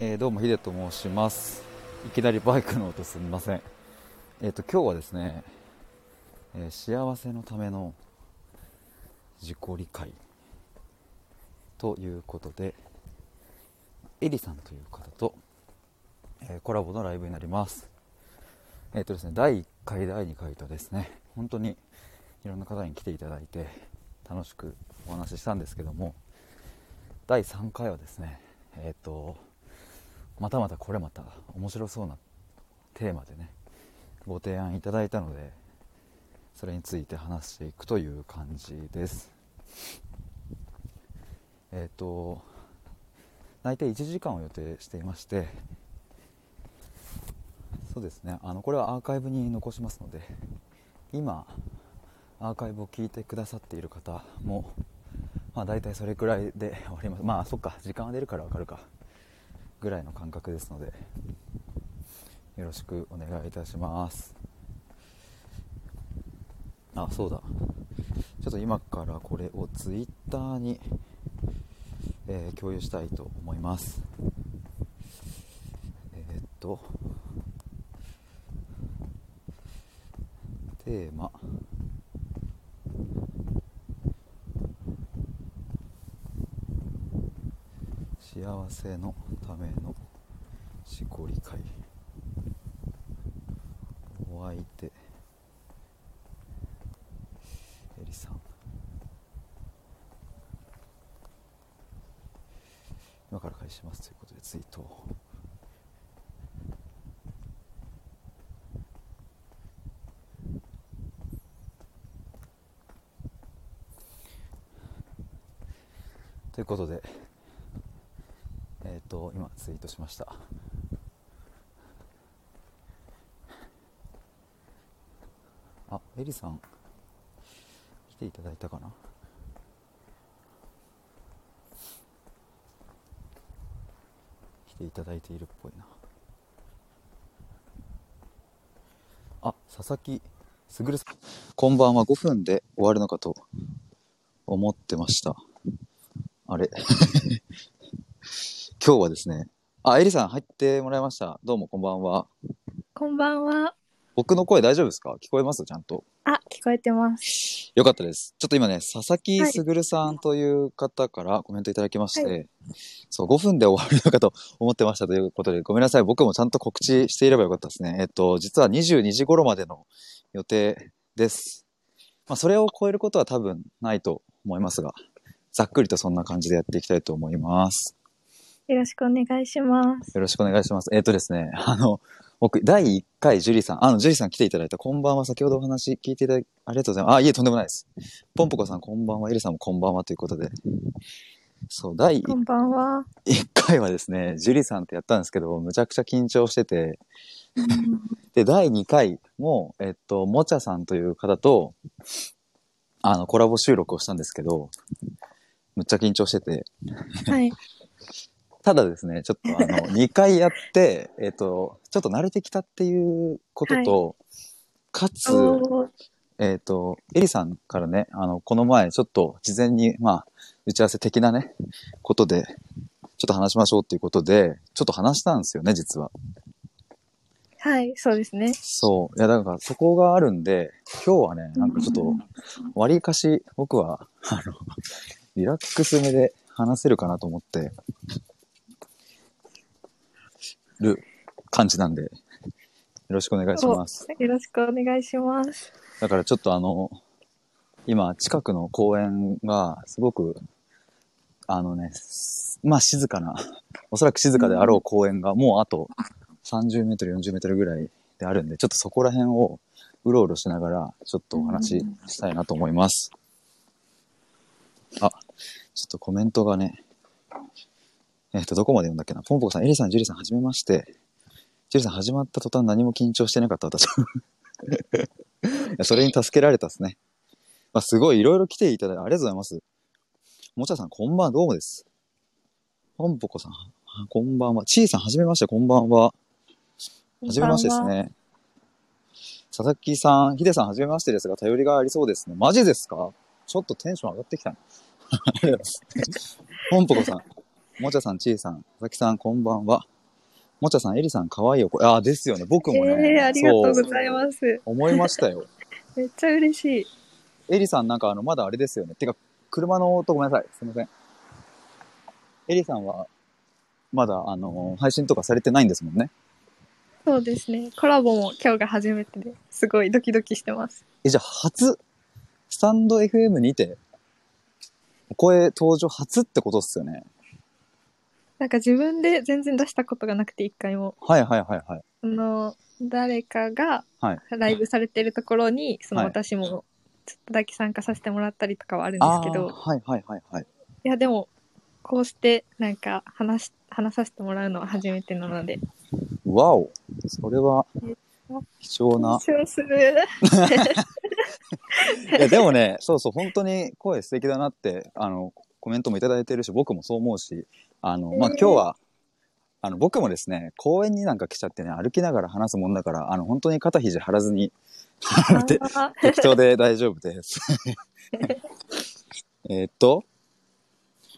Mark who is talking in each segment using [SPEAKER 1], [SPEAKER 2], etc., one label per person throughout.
[SPEAKER 1] えーどうもヒデと申しますいきなりバイクの音すみませんえっ、と今日はですね、えー幸せのための自己理解ということでエリさんという方と、えーコラボのライブになりますえっ、とですね第1回第2回とですね本当にいろんな方に来ていただいて楽しくお話ししたんですけども第3回はですねえっ、とまたまたこれまた面白そうなテーマでねご提案いただいたのでそれについて話していくという感じですえっ、と大体1時間を予定していましてそうですねあのこれはアーカイブに残しますので今アーカイブを聞いてくださっている方もまあ大体それくらいで終わりますまあそっか時間は出るからわかるかぐらいの感覚ですのでよろしくお願いいたしますあそうだちょっと今からこれをツイッターに、えー共有したいと思いますえーっとテーマ幸せのための自己理解お相手エリさん今から開始しますということでツイートをということでえっ、と今ツイートしましたあエリさん来ていただいたかな来ていただいているっぽいなあ佐々木すぐるさんこんばんは5分で終わるのかと思ってましたあれ今日はですね、あ、エリさん入ってもらいました。どうもこんばんは。
[SPEAKER 2] こんばんは。
[SPEAKER 1] 僕の声大丈夫ですか聞こえますちゃんと。
[SPEAKER 2] あ、聞こえてます。
[SPEAKER 1] よかったです。ちょっと今ね、佐々木
[SPEAKER 2] はい
[SPEAKER 1] すぐるさんという方からコメントいただきまして、
[SPEAKER 2] は
[SPEAKER 1] そう、5分で終わるのかと 思ってましたということで、ごめんなさい。僕もちゃんと告知していればよかったですね。えっと、実は22時頃までの予定です。まあ、それを超えることは多分ないと思いますが、ざっくりとそんな感じでやっていきたいと思います。
[SPEAKER 2] よろしくお願いします。
[SPEAKER 1] よろしくお願いします。えっ、とですね、あの、僕、第1回、ジュリーさん、あの、ジュリーさん来ていただいた、こんばんは、先ほどお話聞いていただき、ありがとうございます。あ、いえ、とんでもないです。ポンポコさん、こんばんは、エリさんもこんばんは、ということで。そう、第
[SPEAKER 2] こんばんは。
[SPEAKER 1] 1回はですね、ジュリーさんってやったんですけど、むちゃくちゃ緊張してて、
[SPEAKER 2] うん
[SPEAKER 1] で、第2回も、えっと、もちゃさんという方と、あの、コラボ収録をしたんですけど、むっちゃ緊張してて、
[SPEAKER 2] はい。
[SPEAKER 1] ただですね、ちょっとあの、2回やって、えっと、ちょっと慣れてきたっていうことと、かつ、
[SPEAKER 2] おー
[SPEAKER 1] えっ、と、エリさんからね、あの、この前、ちょっと事前に、まあ、打ち合わせ的なね、ことで、ちょっと話しましょうっていうことで、ちょっと話したんですよね、実は。
[SPEAKER 2] はい、そうですね。
[SPEAKER 1] そう。いや、だからそこがあるんで、今日はね、なんかちょっと、割りかし、僕は、あの、リラックス目で話せるかなと思って、る感じなんで、よろしくお願いします。
[SPEAKER 2] およろしくお願いします。
[SPEAKER 1] だからちょっとあの、今、近くの公園が、すごく、あのね、すまあ静かな、おそらく静かであろう公園が、もうあと30メートル、40メートルぐらいであるんで、ちょっとそこら辺をうろうろしながら、ちょっとお話ししたいなと思います。あ、ちょっとコメントがね、えっ、と、どこまで読んだっけな。ポンポコさん、エリさん、ジュリさん、はじめまして。ジュリさん、始まった途端何も緊張してなかった、私。 いやそれに助けられたですね。まあ、すごいいろいろ来ていただいてありがとうございます。もちゃさん、こんばんは、どうもです。ぽんぽこさん、あこんばんは。ちいさん、はじめまして、こんばんは。はじめましてですね。佐々木さん、ひでさん、はじめましてですが、頼りがありそうですね。マ ジですかちょっとテンション上がってきたね。ありがとうございます。ぽんぽこさん、もちゃさん、ちいさん、佐々木さん、こんばんは。もちゃさん、えりさん、かわいいよ。これああ、ですよね。僕もね。
[SPEAKER 2] えー、ありがとう
[SPEAKER 1] そ
[SPEAKER 2] ございます。
[SPEAKER 1] 思いましたよ。
[SPEAKER 2] めっちゃ嬉しい。
[SPEAKER 1] エリさんなんかあの、まだあれですよね。てか、車の音ごめんなさい。すいません。エリさんは、まだあの、配信とかされてないんですもんね。
[SPEAKER 2] そうですね。コラボも今日が初めてですごいドキドキしてます。
[SPEAKER 1] え、じゃあ初、スタンド FM にて、お声登場初ってことっすよね。
[SPEAKER 2] なんか自分で全然出したことがなくて一回も。
[SPEAKER 1] はいはいはいはい。
[SPEAKER 2] あの誰かが
[SPEAKER 1] はい
[SPEAKER 2] ライブされてるところに、その
[SPEAKER 1] はい
[SPEAKER 2] 私もちょっとだけ参加させてもらったりとかはあるんで
[SPEAKER 1] あ
[SPEAKER 2] す
[SPEAKER 1] あ
[SPEAKER 2] け
[SPEAKER 1] ー、
[SPEAKER 2] ど、
[SPEAKER 1] はいはいはいはい。
[SPEAKER 2] いやでもこうしてなんか話し話させてもらうのは初めてなので
[SPEAKER 1] わお。それは、貴重な
[SPEAKER 2] 緊。張す る
[SPEAKER 1] いや、でもね、そうそう、本当に声素敵だなって、あの、コメントもいただいてるし、僕もそう思うし、あの、まあ、
[SPEAKER 2] うん
[SPEAKER 1] 今日は、あの、僕もですね、公園になんか来ちゃってね、歩きながら話すもんだから、あの、本当に肩肘張らずに、て
[SPEAKER 2] あー
[SPEAKER 1] 適当で大丈夫です。 えーっと、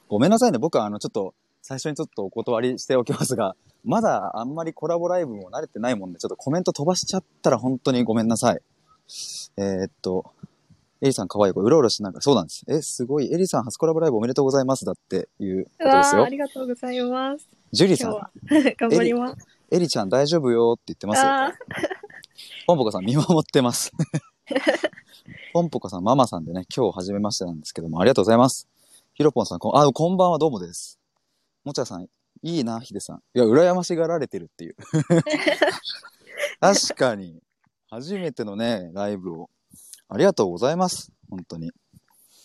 [SPEAKER 1] ごめんなさいね。僕はあの、ちょっと、最初にちょっとお断りしておきますが、まだあんまりコラボライブも慣れてないもんで、ちょっとコメント飛ばしちゃったら本当にごめんなさい。えーっと、エリさん可愛い子、うろうろしながら、そうなんです。え、すごい。エリさん初コラボライブおめでとうございます。だっていうこ
[SPEAKER 2] う
[SPEAKER 1] と
[SPEAKER 2] わ
[SPEAKER 1] です
[SPEAKER 2] ー
[SPEAKER 1] よ
[SPEAKER 2] あ。りがとうございます
[SPEAKER 1] ジュリーさ
[SPEAKER 2] 今日
[SPEAKER 1] ん、
[SPEAKER 2] は頑張ります
[SPEAKER 1] エリちゃん大丈夫よって言ってますよ。
[SPEAKER 2] あ
[SPEAKER 1] ポンポコさん見守ってます。ポンポコさん、ママさんでね、今日初めましてなんですけども、ありがとうございます。ヒロポンさん、こん、あ、こんばんはどうもです。もちゃさん、いいな、ヒデさん。いや、羨ましがられてるっていう。確かに、初めてのね、ライブを。ありがとうございます。本当に。
[SPEAKER 2] ー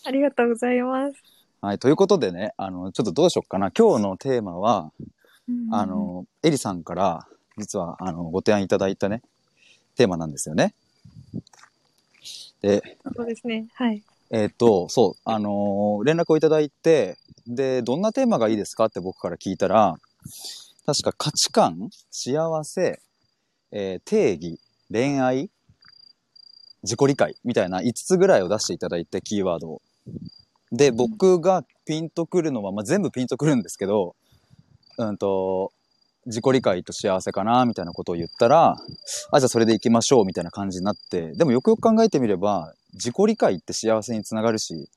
[SPEAKER 2] ありがとうございます、
[SPEAKER 1] はい、ということでね、あの、ちょっとどうしよっかな。今日のテーマは、あの、エリさんから、実は、あの、ご提案いただいたね、テーマなんですよね。で、
[SPEAKER 2] そうですねはい
[SPEAKER 1] えっ、と、そう、あのー連絡をいただいて、で、どんなテーマがいいですかって僕から聞いたら、確か価値観、幸せ、えー定義、恋愛、自己理解みたいな5つぐらいを出していただいて、キーワードを。で、僕がピンとくるのは、まあ、全部ピンとくるんですけど、うんと、自己理解と幸せかな、みたいなことを言ったら、あ、じゃあそれで行きましょうみたいな感じになって、でもよくよく考えてみれば、自己理解って幸せにつながるし、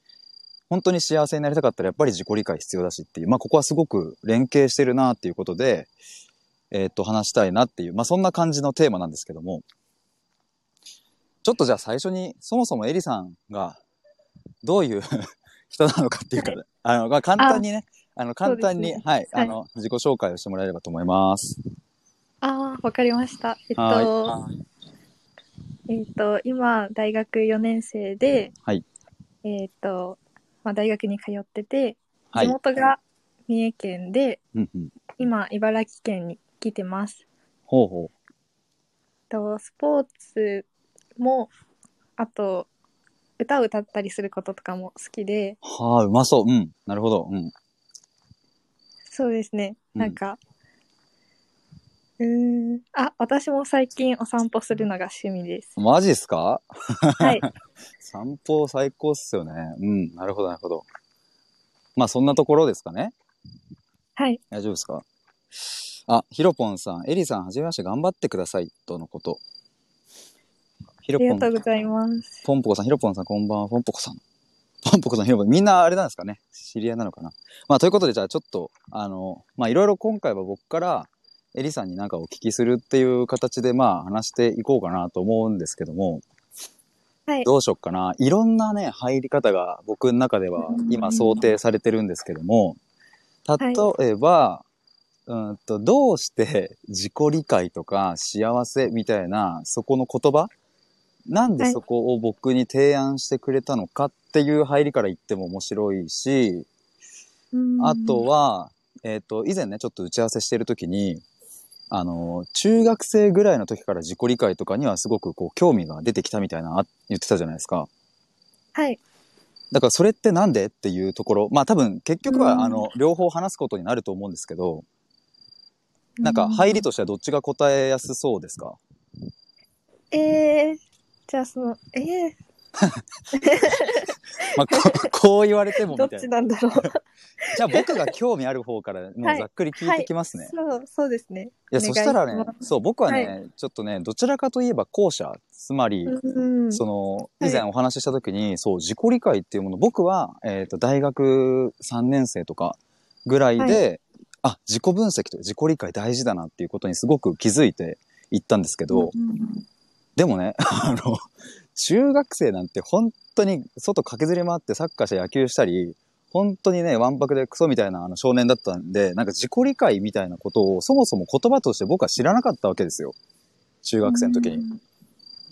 [SPEAKER 1] 本当に幸せになりたかったらやっぱり自己理解必要だしっていう、まあここはすごく連携してるなっていうことで、えーっと話したいなっていう、まあそんな感じのテーマなんですけども、ちょっとじゃあ最初に、そもそもエリさんがどういう 人なのかっていうか、あの、まあ簡単にね、あの簡単に、
[SPEAKER 2] そうです
[SPEAKER 1] はい、
[SPEAKER 2] は
[SPEAKER 1] あ
[SPEAKER 2] い
[SPEAKER 1] の、自己紹介をしてもらえればと思います。
[SPEAKER 2] ああわかりましたえっと
[SPEAKER 1] はい。
[SPEAKER 2] えっ、と、今、大学4年生で、
[SPEAKER 1] はい
[SPEAKER 2] えっ、と、まあ、大学に通ってて、
[SPEAKER 1] はい
[SPEAKER 2] 地元が三重県で、
[SPEAKER 1] うんうん。
[SPEAKER 2] 今、茨城県に来てます。
[SPEAKER 1] ほうほう。
[SPEAKER 2] えっと、スポーツも、あと、歌を歌ったりすることとかも好きで、
[SPEAKER 1] はあ、うまそう。うん。なるほど。うん。
[SPEAKER 2] そうですね、
[SPEAKER 1] うん。
[SPEAKER 2] なんか、うーん、あ、私も最近お散歩するのが趣味です
[SPEAKER 1] マジっすか
[SPEAKER 2] はい。
[SPEAKER 1] 散歩最高っすよね。うん。なるほど、なるほど。まあ、そんなところですかね。
[SPEAKER 2] はい。
[SPEAKER 1] 大丈夫ですかあ、ヒロポンさん、エリさん、はじめまして、頑張ってください、とのこと。ヒロ
[SPEAKER 2] あり
[SPEAKER 1] ポ
[SPEAKER 2] が
[SPEAKER 1] ン
[SPEAKER 2] とうございます。
[SPEAKER 1] ポンポコさん、ヒロポンさん、こんばんは。ポンポコさん。ポンポコさん、ヒロポン。みんなあれなんですかね。知り合いなのかな。まあ、ということで、じゃあちょっと、あの、まあ、いろいろ今回は僕から、エリさんになんかお聞きするっていう形で、まあ、話していこうかなと思うんですけども、
[SPEAKER 2] はい。
[SPEAKER 1] どうしよっかな。いろんなね、入り方が僕の中では今想定されてるんですけども、例えば、うんと、どうして自己理解とか幸せみたいな、そこの言葉なんで
[SPEAKER 2] はい
[SPEAKER 1] そこを僕に提案してくれたのかっていう入りから言っても面白いし、あと
[SPEAKER 2] は、
[SPEAKER 1] は、えっ、と、以前ね、ちょっと打ち合わせしてる時に、あの、中学生ぐらいの時から自己理解とかにはすごくこう、興味が出てきたみたいな、あ言ってたじゃないですか。
[SPEAKER 2] はい。
[SPEAKER 1] だからそれってなんでっていうところ、まあ多分結局
[SPEAKER 2] うん
[SPEAKER 1] は、あの、両方話すことになると思うんですけど、なん
[SPEAKER 2] う
[SPEAKER 1] か入りとしてはどっちが答えやすそうですか
[SPEAKER 2] えー、じゃあその、えー、
[SPEAKER 1] まあ、 ここう言われても
[SPEAKER 2] どっ
[SPEAKER 1] みたい
[SPEAKER 2] ち
[SPEAKER 1] な。
[SPEAKER 2] なんだろう。
[SPEAKER 1] じゃあ僕が興味ある方からも
[SPEAKER 2] は
[SPEAKER 1] う
[SPEAKER 2] い
[SPEAKER 1] ざっくり聞いてきますね。い
[SPEAKER 2] そう、そうですね。
[SPEAKER 1] や
[SPEAKER 2] お願
[SPEAKER 1] そ
[SPEAKER 2] い
[SPEAKER 1] したら
[SPEAKER 2] し
[SPEAKER 1] ね
[SPEAKER 2] ま
[SPEAKER 1] そう僕はね、
[SPEAKER 2] は
[SPEAKER 1] ちょっとねどちらかといえば後者つまり、
[SPEAKER 2] うん。
[SPEAKER 1] そ
[SPEAKER 2] は
[SPEAKER 1] の
[SPEAKER 2] はい
[SPEAKER 1] 以前お話しした時に、そう自己理解っていうもの僕は、えー、と大学3年生とかぐらいで、あ自己分析とか自己理解大事だなっていうことにすごく気づいていったんですけど、でもね あの中学生なんて本当に外駆けずり回ってサッカーして野球したり本当にねわんぱくでクソみたいなあの少年だったんでなんか自己理解みたいなことをそもそも言葉として僕は知らなかったわけですよ中学生の時に。
[SPEAKER 2] に。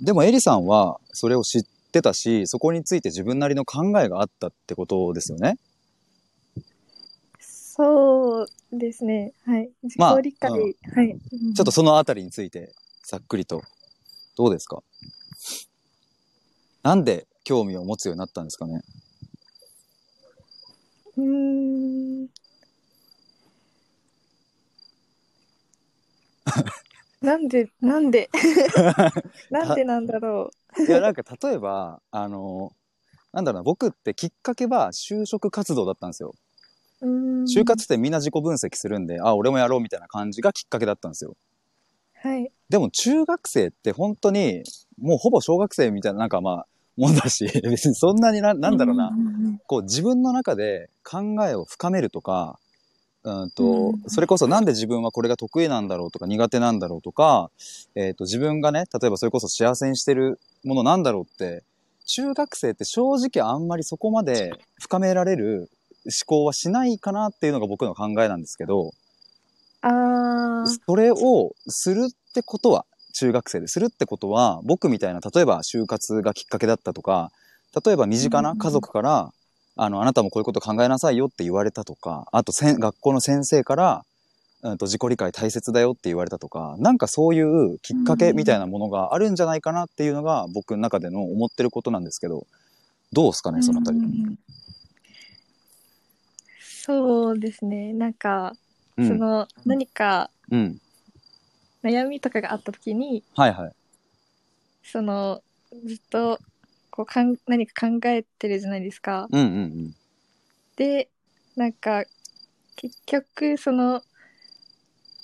[SPEAKER 1] でもエリさんはそれを知ってたしそこについて自分なりの考えがあったってことですよね。
[SPEAKER 2] そうですね。はい。自
[SPEAKER 1] まあ
[SPEAKER 2] 己理解。
[SPEAKER 1] う
[SPEAKER 2] はい
[SPEAKER 1] ん。
[SPEAKER 2] うん
[SPEAKER 1] ちょっとそのあたりについてざっくりとどうですかなんで興味を持つようになったんですかね
[SPEAKER 2] うーん。なんで、なん で、なんでなんだろ
[SPEAKER 1] いやなんか例えばあのなんだろうな僕ってきっかけは就職活動だったんですよ。
[SPEAKER 2] う。うーん
[SPEAKER 1] 就活ってみんな自己分析するんであ俺もやろうみたいな感じがきっかけだったんですよ。
[SPEAKER 2] はい。
[SPEAKER 1] でも中学生って本当にもうほぼ小学生みたいななんかまあもんだし 別にそんなにななんだろうな、
[SPEAKER 2] ん
[SPEAKER 1] こう自分の中で考えを深めるとか、うんと
[SPEAKER 2] うん
[SPEAKER 1] それこそなんで自分はこれが得意なんだろうとか苦手なんだろうとか、えー、と自分がね例えばそれこそ幸せにしてるものなんだろうって中学生って正直あんまりそこまで深められる思考はしないかなっていうのが僕の考えなんですけど
[SPEAKER 2] ああ。
[SPEAKER 1] それをするってことは中学生でするってことは僕みたいな例えば就活がきっかけだったとか例えば身近
[SPEAKER 2] う
[SPEAKER 1] なん家族から、あのあなたもこういうこと考えなさいよって言われたとかあとせん学校の先生から、うん、と自己理解大切だよって言われたとかなんかそういうきっかけみたいなものがあるんじゃないかなっていうのが僕の中での思ってることなんですけどどうですかねそのあたり。
[SPEAKER 2] うんそうですね。なんか、
[SPEAKER 1] う
[SPEAKER 2] そ
[SPEAKER 1] ん、
[SPEAKER 2] の、何か
[SPEAKER 1] うん、
[SPEAKER 2] 悩みとかがあった時に、
[SPEAKER 1] はいはい。
[SPEAKER 2] その、ずっと、こうかん、何か考えてるじゃないですか。
[SPEAKER 1] うんうん
[SPEAKER 2] でなんか結局その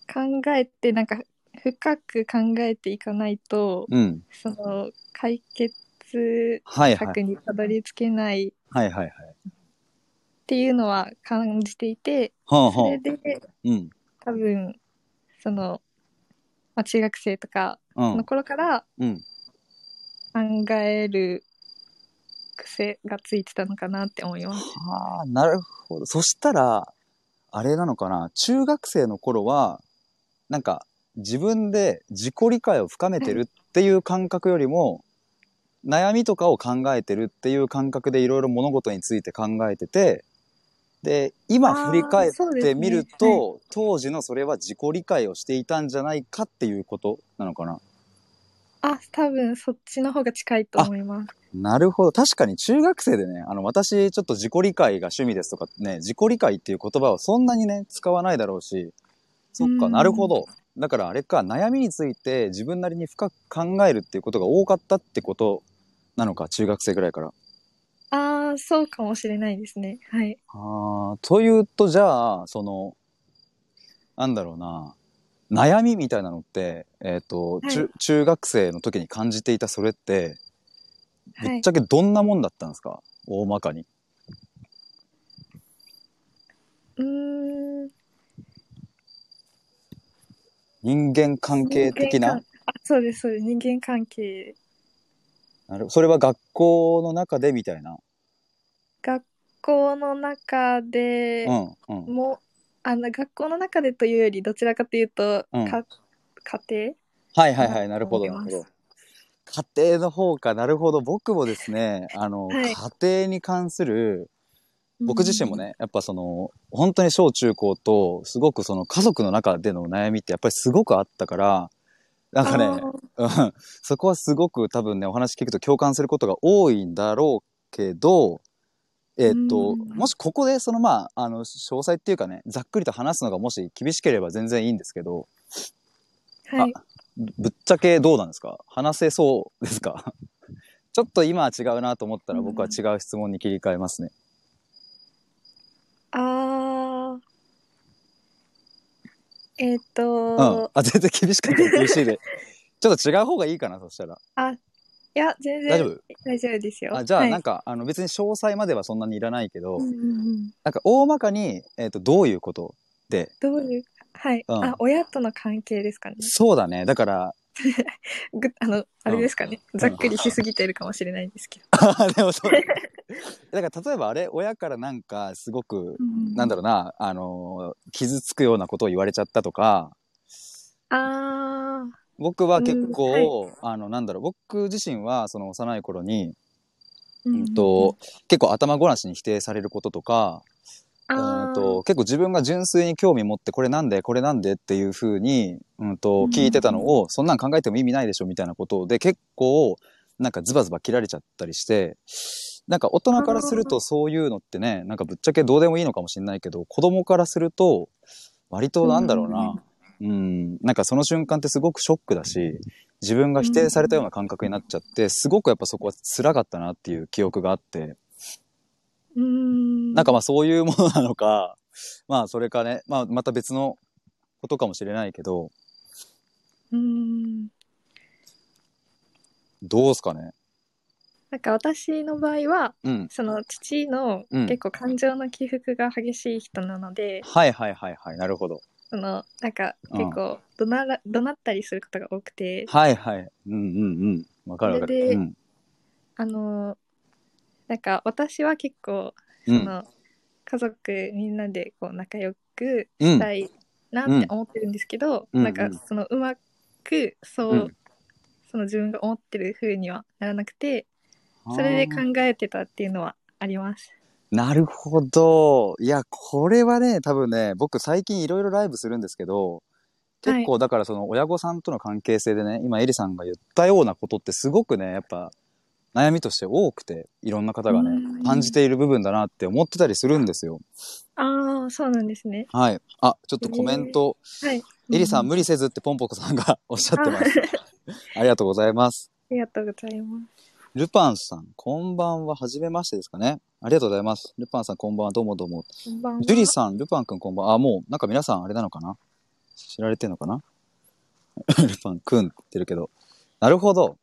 [SPEAKER 2] 考えてなんか深く考えていかないと
[SPEAKER 1] うんうん
[SPEAKER 2] その解決
[SPEAKER 1] はいはい
[SPEAKER 2] 策にたどり着けないっ
[SPEAKER 1] はいはいはい。
[SPEAKER 2] ていうのは感じていて
[SPEAKER 1] はあ
[SPEAKER 2] そ
[SPEAKER 1] は
[SPEAKER 2] れで
[SPEAKER 1] あ。うん
[SPEAKER 2] 多分その、まあ、中学生とか
[SPEAKER 1] う
[SPEAKER 2] の
[SPEAKER 1] ん
[SPEAKER 2] 頃から
[SPEAKER 1] うん。
[SPEAKER 2] 考える癖がついてたのかなって思います。
[SPEAKER 1] はあなるほどそしたらあれなのかな中学生の頃はなんか自分で自己理解を深めてるっていう感覚よりも、悩みとかを考えてるっていう感覚でいろいろ物事について考えててで今
[SPEAKER 2] あー
[SPEAKER 1] 振り返っ
[SPEAKER 2] そうです
[SPEAKER 1] て
[SPEAKER 2] ね
[SPEAKER 1] みると、
[SPEAKER 2] は
[SPEAKER 1] 当時のそれは自己理解をしていたんじゃないかっていうことなのかな
[SPEAKER 2] あ多分そっちの方が近いと思います。
[SPEAKER 1] なるほど。確かに中学生でね、あの、私、ちょっと自己理解が趣味ですとかね、自己理解っていう言葉はそんなにね、使わないだろうし、そっか、
[SPEAKER 2] うん
[SPEAKER 1] なるほど。だからあれか、悩みについて自分なりに深く考えるっていうことが多かったってことなのか、中学生ぐらいから。
[SPEAKER 2] ああそうかもしれないですね。はい。
[SPEAKER 1] あーというと、じゃあ、その、なんだろうな、悩みみたいなのって、えっ、と、
[SPEAKER 2] はい
[SPEAKER 1] 中、中学生の時に感じていたそれって、
[SPEAKER 2] は
[SPEAKER 1] ぶっ
[SPEAKER 2] い
[SPEAKER 1] ち、ゃけどんなもんだったんですか、大まかに。
[SPEAKER 2] うーん
[SPEAKER 1] 人間関係的
[SPEAKER 2] 人
[SPEAKER 1] な
[SPEAKER 2] 間関あそうですそうです人間関係
[SPEAKER 1] なるそれは学校の中でみたいな。
[SPEAKER 2] 学校の中で
[SPEAKER 1] うんうん。
[SPEAKER 2] も、あの学校の中でというよりどちらかというと、
[SPEAKER 1] うん
[SPEAKER 2] か家
[SPEAKER 1] はいはいは
[SPEAKER 2] あ
[SPEAKER 1] い、なるほど
[SPEAKER 2] 思
[SPEAKER 1] ないる
[SPEAKER 2] ま
[SPEAKER 1] ほど。
[SPEAKER 2] す
[SPEAKER 1] 家庭の方か、なるほど。僕もですね、あの、
[SPEAKER 2] はい
[SPEAKER 1] 家庭に関する、
[SPEAKER 2] 庭
[SPEAKER 1] 僕自身も、ね、やっぱその、本当に小中高と、すごくその家族の中での悩みってやっぱりすごくあったから、なんかね、うんそこはすごく多分ね、お話聞くと共感することが多いんだろうけど、えっと、
[SPEAKER 2] うん
[SPEAKER 1] もしここでそのまあ、あの、詳細っていうかね、ざっくりと話すのがもし厳しければ全然いいんですけど、
[SPEAKER 2] あーはい
[SPEAKER 1] ぶぶっちゃけどうなんですか話せそうですか ちょっと今は違うなと思ったら
[SPEAKER 2] うん
[SPEAKER 1] 僕は違う質問に切り替えますね。
[SPEAKER 2] あーえっ、
[SPEAKER 1] う
[SPEAKER 2] と
[SPEAKER 1] ん。あ、全然厳しかった。厳しいで。 ちょっと違う方がいいかな、そしたら。
[SPEAKER 2] いや全然
[SPEAKER 1] 大丈
[SPEAKER 2] 大丈夫ですよ
[SPEAKER 1] 夫あじゃあ、なん
[SPEAKER 2] か、
[SPEAKER 1] か、あの、別に詳細まではそんなにいらないけど、
[SPEAKER 2] うんうんうん
[SPEAKER 1] なんか、大まかに、えっ、と、どういうことで、
[SPEAKER 2] どういうはい、
[SPEAKER 1] うん
[SPEAKER 2] あ親との関係ですかね
[SPEAKER 1] そうだね。だから、
[SPEAKER 2] ぐあのあれですかね、ざっくりしすぎてるかもしれないんですけど、
[SPEAKER 1] あでもそう。だから、例えばあれ、親からなんか、すごく、なんだ
[SPEAKER 2] ろ
[SPEAKER 1] ろうな、あのー傷つくようなことを言われちゃったとか、
[SPEAKER 2] うあー
[SPEAKER 1] 僕は結
[SPEAKER 2] うん
[SPEAKER 1] 構、あの、なんだろう、僕自身は、その幼い頃に、
[SPEAKER 2] う
[SPEAKER 1] うんと、結構頭ごなしに否定されることとか、うん
[SPEAKER 2] あー
[SPEAKER 1] と、結構自分が純粋に興味持って、これなんで、これなんでっていう風に、うんと、
[SPEAKER 2] うん
[SPEAKER 1] 聞いてたのを、そんなん考えても意味ないでしょ、みたいなことで、結構、なんかズバズバ切られちゃったりして、なんか大人からするとそういうのってね、なんかぶっちゃけどうでもいいのかもしれないけど、子供からすると、割となんだろうな、うん、なんかその瞬間ってすごくショックだし、自分が否定されたような感覚になっちゃって、すごくやっぱそこは辛かったなっていう記憶があって、
[SPEAKER 2] うん
[SPEAKER 1] なんかまあそういうものなのか、 まあそれかね、まあまた別のことかもしれないけど、
[SPEAKER 2] うん
[SPEAKER 1] どうすかね。
[SPEAKER 2] なんか私の場合は
[SPEAKER 1] うん。
[SPEAKER 2] その父の
[SPEAKER 1] うん
[SPEAKER 2] 結構感情の起伏が激しい人なので、
[SPEAKER 1] はいはいはいはい、なるほど。
[SPEAKER 2] そのなんか
[SPEAKER 1] うん
[SPEAKER 2] 結構怒鳴ら怒鳴ったりすることが多くて
[SPEAKER 1] はいはい。うんうんうん。わかるわか
[SPEAKER 2] それ
[SPEAKER 1] る。
[SPEAKER 2] で
[SPEAKER 1] うん。
[SPEAKER 2] あのなんか私は結構
[SPEAKER 1] う
[SPEAKER 2] そ
[SPEAKER 1] ん。
[SPEAKER 2] の家族みんなでこう仲良く
[SPEAKER 1] うん
[SPEAKER 2] したいなって思ってるんですけど、
[SPEAKER 1] うん
[SPEAKER 2] なんか
[SPEAKER 1] うんうん
[SPEAKER 2] そのうまくそう、
[SPEAKER 1] うん
[SPEAKER 2] その自分が思ってる風にはならなくてそれで考えてたっていうのはあります。
[SPEAKER 1] なるほど。いや、これはね、多分ね、僕最近いろいろライブするんですけど、
[SPEAKER 2] はい
[SPEAKER 1] 結構だからその親御さんとの関係性でね、今エリさんが言ったようなことってすごくね、やっぱ悩みとして多くて、いろんな方が
[SPEAKER 2] う
[SPEAKER 1] ね
[SPEAKER 2] ん、
[SPEAKER 1] 感じている部分だなって思ってたりするんですよ。
[SPEAKER 2] ああそうなんですね。
[SPEAKER 1] はい。あ、ちょっとコメント、
[SPEAKER 2] はい。
[SPEAKER 1] エリさん
[SPEAKER 2] う
[SPEAKER 1] 無理せずってポンポコさんが おっしゃってます。ありがとうございます。
[SPEAKER 2] ありがとうございます。
[SPEAKER 1] ルパンさん、こんばんは、はじめましてですかね。ありがとうございます。ルパンさん、こんばんは、どうもどうも。
[SPEAKER 2] こんばんは。
[SPEAKER 1] ジュリさん、ルパンくんこんばんは。あ、もう、なんか皆さんあれなのかな知られてんのかな ルパンくんって言ってるけど。なるほど。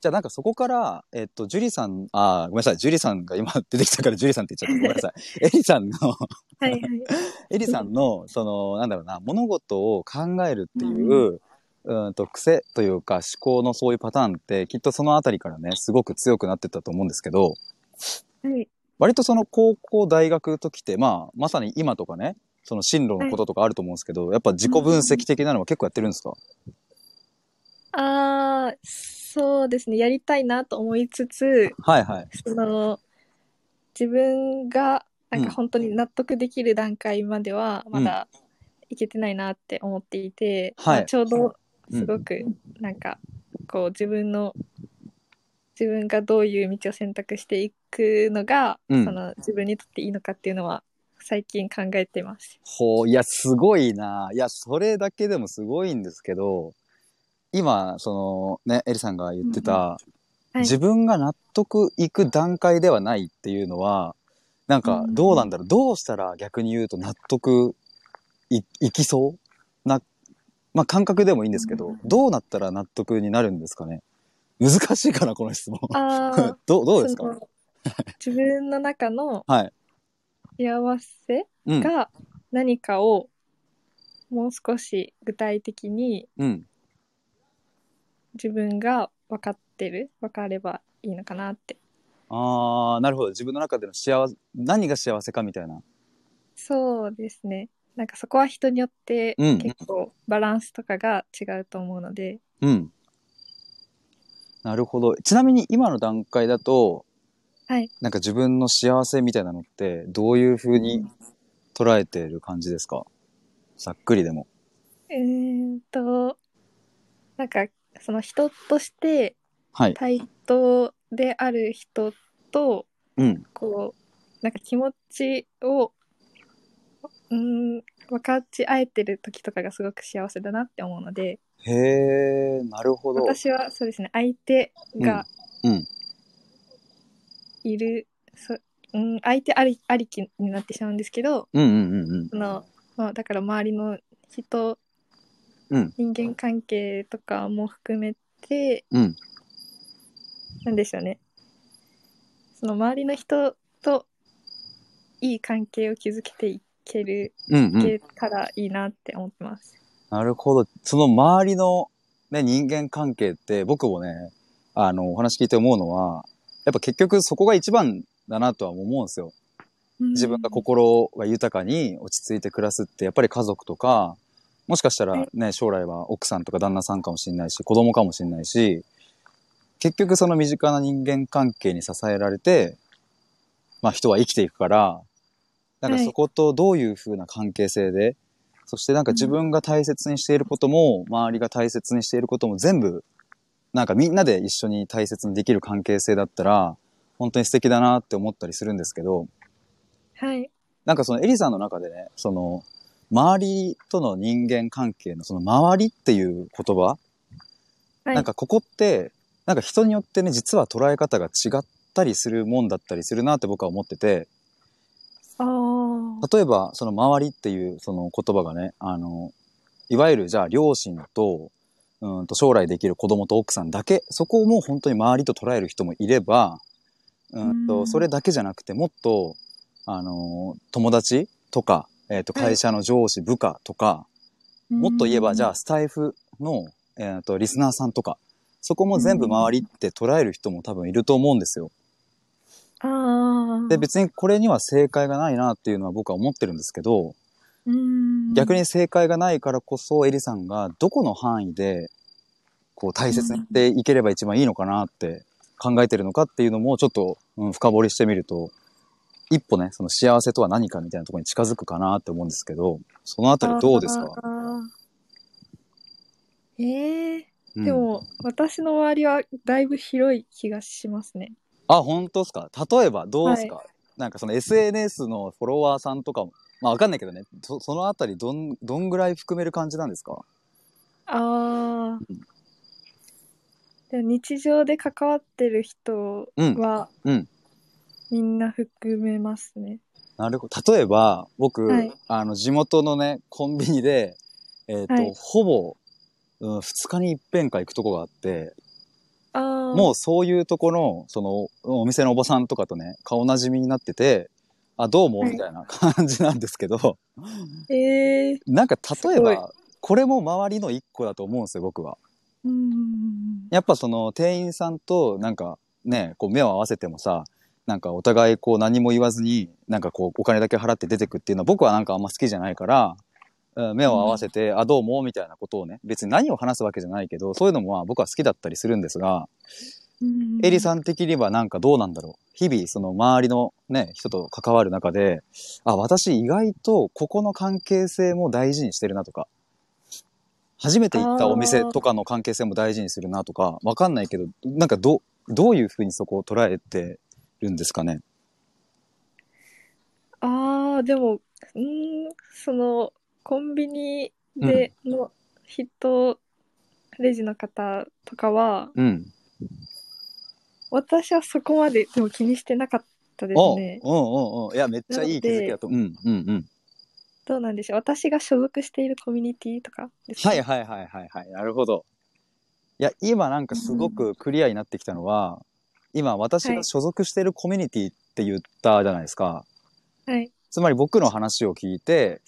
[SPEAKER 1] じゃあなんかそこから、えっと、ジュリさん、あー、ごめんなさい。ジュリさんが今出てきたからジュリさんって言っちゃった。ごめんなさい。エリさんの、
[SPEAKER 2] はいはい。
[SPEAKER 1] エリさんの、その、なんだろうな、物事を考えるっていう、うんと、癖というか思考のそういうパターンって、きっとそのあたりからね、すごく強くなってったと思うんですけど、
[SPEAKER 2] はい。
[SPEAKER 1] 割とその高校大学の時って、まあ、まさに今とかねその進路のこととかあると思うんですけど、やっぱ自己分析的なのは結構やってるんですか、
[SPEAKER 2] ああそうですねやりたいなと思いつつ
[SPEAKER 1] はいはい
[SPEAKER 2] その自分がなん
[SPEAKER 1] うん
[SPEAKER 2] か本当に納得できる段階まではまだいけてないなって思っていて、
[SPEAKER 1] はい
[SPEAKER 2] まあちょうど
[SPEAKER 1] うん
[SPEAKER 2] すごくなんかこう自分の自分がどういう道を選択していくのが、
[SPEAKER 1] うん
[SPEAKER 2] その自分にとっていいのかっていうのは最近考え てます。
[SPEAKER 1] ほういやすごいないやそれだけでもすごいんですけど今そのねエリさんが言ってた、
[SPEAKER 2] うんはい
[SPEAKER 1] 自分が納得いく段階ではないっていうのはなんか
[SPEAKER 2] うん
[SPEAKER 1] どうなんだろう、どうしたら逆に言うと納得いいきそうな、まあ、感覚でもいいんですけど、
[SPEAKER 2] うん
[SPEAKER 1] どうなったら納得になるんですかね難しいかなこの質問。
[SPEAKER 2] あ
[SPEAKER 1] どう
[SPEAKER 2] あ
[SPEAKER 1] どうですか
[SPEAKER 2] 自分の中の
[SPEAKER 1] はい。
[SPEAKER 2] 幸せ
[SPEAKER 1] うん。
[SPEAKER 2] が何かをもう少し具体的に
[SPEAKER 1] うん。
[SPEAKER 2] 自分が分かってる分かればいいのかなって
[SPEAKER 1] ああ、なるほど。自分の中での幸せ、何が幸せかみたいな。
[SPEAKER 2] そうですねなんかそこは人によって
[SPEAKER 1] うん
[SPEAKER 2] 結構バランスとかが違うと思うので、
[SPEAKER 1] うん。なるほど。ちなみに今の段階だと、
[SPEAKER 2] はい
[SPEAKER 1] なんか自分の幸せみたいなのって、どういう風
[SPEAKER 2] う
[SPEAKER 1] に捉えてる感じですかざっくりでも。
[SPEAKER 2] えーっとなんかその人として
[SPEAKER 1] はい。
[SPEAKER 2] 対等である人と
[SPEAKER 1] うん。
[SPEAKER 2] こうなんか気持ちをうーん分かち合えてる時とかがすごく幸せだなって思うので
[SPEAKER 1] へえ、なるほど。
[SPEAKER 2] 私はそうですね相手が
[SPEAKER 1] うん
[SPEAKER 2] いる、そうん、相手ありありきになってしまうんですけど
[SPEAKER 1] うんうんうん
[SPEAKER 2] その、まあ、だから周りの人、
[SPEAKER 1] うん
[SPEAKER 2] 人間関係とかも含めて
[SPEAKER 1] うんうん
[SPEAKER 2] なんでしょうねその周りの人といい関係を築けていける、
[SPEAKER 1] うんう
[SPEAKER 2] い
[SPEAKER 1] ん
[SPEAKER 2] けたらいいなって思ってます。
[SPEAKER 1] なるほどその周りの、ね、人間関係って僕もねあのお話聞いて思うのはやっぱ結局そこが一番だなとは思うんですよ自分が心が豊かに落ち着いて暮らすってやっぱり家族とかもしかしたらね将来は奥さんとか旦那さんかもしれないし子供かもしれないし結局その身近な人間関係に支えられてまあ人は生きていくからなんか
[SPEAKER 2] はい
[SPEAKER 1] そことどういうふうな関係性で、そしてなんか自分が大切にしていることも周りが大切にしていることも全部なんかみんなで一緒に大切にできる関係性だったら本当に素敵だなって思ったりするんですけど、
[SPEAKER 2] はい
[SPEAKER 1] なんかそのエリさんの中でね、その、周りとの人間関係のその周りっていう言葉、
[SPEAKER 2] はい
[SPEAKER 1] なんかここって、なんか人によってね、実は捉え方が違ったりするもんだったりするなって僕は思ってて、
[SPEAKER 2] あー
[SPEAKER 1] 例えばその周りっていうその言葉がね、あの、いわゆるじゃあ両親と、うんと将来できる子供と奥さんだけ、そこをもう本当に周りと捉える人もいれば、うん
[SPEAKER 2] う
[SPEAKER 1] と、
[SPEAKER 2] ん
[SPEAKER 1] それだけじゃなくてもっと、あの、友達とか、えっ、と、会社の上司、部下とか、もっと言えばじゃあスタイフの、えっ、と、リスナーさんとか、そこも全部周りって捉える人も多分いると思うんですよ。
[SPEAKER 2] あー
[SPEAKER 1] で、別にこれには正解がないなっていうのは僕は思ってるんですけど、
[SPEAKER 2] うん
[SPEAKER 1] 逆に正解がないからこそエリさんがどこの範囲でこう大切にしていければ一番いいのかなって考えてるのかっていうのもちょっと、うん、深掘りしてみると一歩ねその幸せとは何かみたいなところに近づくかなって思うんですけどそのあたりどうですか、
[SPEAKER 2] あーえー
[SPEAKER 1] うん
[SPEAKER 2] でも、私の周りはだいぶ広い気がしますね。
[SPEAKER 1] あ本当ですか例えばどうですか、なんかその SNS のフォロワーさんとかもまあわかんないけどねそそのあたりどんどんぐらい含める感じなんですか
[SPEAKER 2] ああ。でも日常で関わってる人
[SPEAKER 1] うん
[SPEAKER 2] は、
[SPEAKER 1] うん
[SPEAKER 2] みんな含めますね。
[SPEAKER 1] なるほど。例えば、僕、
[SPEAKER 2] はい
[SPEAKER 1] あの、地元のね、コンビニで、えっ、と、
[SPEAKER 2] はい
[SPEAKER 1] ほぼ、うん、2日に一遍か行くとこがあって、
[SPEAKER 2] ああ。
[SPEAKER 1] もうそういうとこの、その、お店のおばさんとかとね、顔なじみになってて、あ、どうも、
[SPEAKER 2] はい
[SPEAKER 1] みたいな感じなんですけど、
[SPEAKER 2] ええー。
[SPEAKER 1] なんか例え
[SPEAKER 2] すご
[SPEAKER 1] ば、これも周りの一個だと思うんですよ、僕は。
[SPEAKER 2] うん。
[SPEAKER 1] やっぱその、店員さんと、なんか、ね、こう目を合わせてもさ、なんかお互いこう何も言わずに、なんかこうお金だけ払って出てくっていうのは僕はなんかあんま好きじゃないから、うん目を合わせて、あ、どうも、みたいなことをね、別に何を話すわけじゃないけど、そういうのもまあ僕は好きだったりするんですが、エリ
[SPEAKER 2] ん。
[SPEAKER 1] さん的にはなんかどうなんだろう日々その周りのね、人と関わる中で、あ、私意外とここの関係性も大事にしてるなとか、初めて行ったお店とかの関係性も大事にするなとか、わかんないけど、なんかど、どういうふうにそこを捉えてるんですかね
[SPEAKER 2] ああ、でも、うん、その、コンビニでの人、レジの方とかは、
[SPEAKER 1] うん。
[SPEAKER 2] 私はそこまででも気にしてなかったで
[SPEAKER 1] お
[SPEAKER 2] す
[SPEAKER 1] う、
[SPEAKER 2] ね。
[SPEAKER 1] おうおうおういや、めっちゃいい気づきだと。うん、うん、うん。
[SPEAKER 2] どうなんでしょう私が所属しているコミュニティとかですか
[SPEAKER 1] はいはいはいはいはい。なるほど。いや、今なんかすごくクリアになってきたのは、今私が所属しているコミュニティって言ったじゃないですか。
[SPEAKER 2] はい。
[SPEAKER 1] つまり僕の話を聞いて、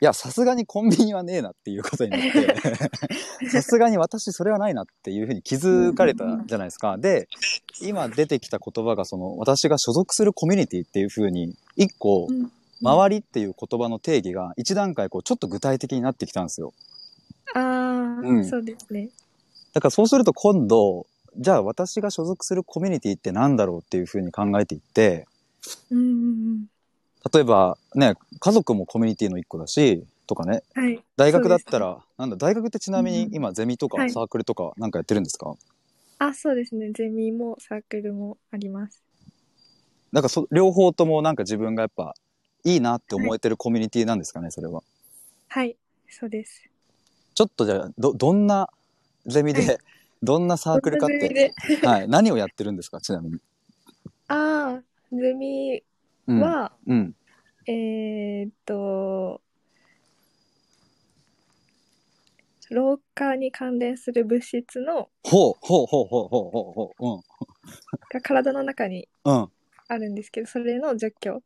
[SPEAKER 1] いや、さすがにコンビニはねえなっていうことにな って、さすがに私それはないなっていうふうに気づかれたじゃないですか。で、今出てきた言葉がその、私が所属するコミュニティっていうふうに、一個
[SPEAKER 2] う、ん
[SPEAKER 1] 周りっていう言葉の定義が一段階こう、ちょっと具体的になってきたんですよ。
[SPEAKER 2] ああ、
[SPEAKER 1] うん
[SPEAKER 2] そうですね。
[SPEAKER 1] だからそうすると今度、じゃあ私が所属するコミュニティってなんだろうっていうふうに考えていって、
[SPEAKER 2] うんうん
[SPEAKER 1] 例えばね、家族もコミュニティの一個だし、とかね、
[SPEAKER 2] うん。はい。
[SPEAKER 1] 大学だっ
[SPEAKER 2] そう
[SPEAKER 1] たら、なんだ、大学ってちなみに
[SPEAKER 2] うん
[SPEAKER 1] 今ゼミとか
[SPEAKER 2] はい
[SPEAKER 1] サークルとかなんかやってるんですか、
[SPEAKER 2] です。あ、そうですね。ゼミもサークルもあります。
[SPEAKER 1] なんかそ両方ともなんか自分がやっぱいいなって思えてるコミュニティなんですかね、それは。
[SPEAKER 2] はい。そうです。
[SPEAKER 1] ちょっとじゃあ、ど、どんなゼミで、どんなサークルかっ
[SPEAKER 2] ゼミ
[SPEAKER 1] て、
[SPEAKER 2] で
[SPEAKER 1] はい、何をやってるんですかちなみに。
[SPEAKER 2] ああゼミ
[SPEAKER 1] うん、
[SPEAKER 2] は、
[SPEAKER 1] うん、
[SPEAKER 2] えーっと老化に関連する物質の
[SPEAKER 1] ほうほうほうほうほうほうほ
[SPEAKER 2] が体の中に
[SPEAKER 1] う、うん、うん、
[SPEAKER 2] あるんですけどそれの除去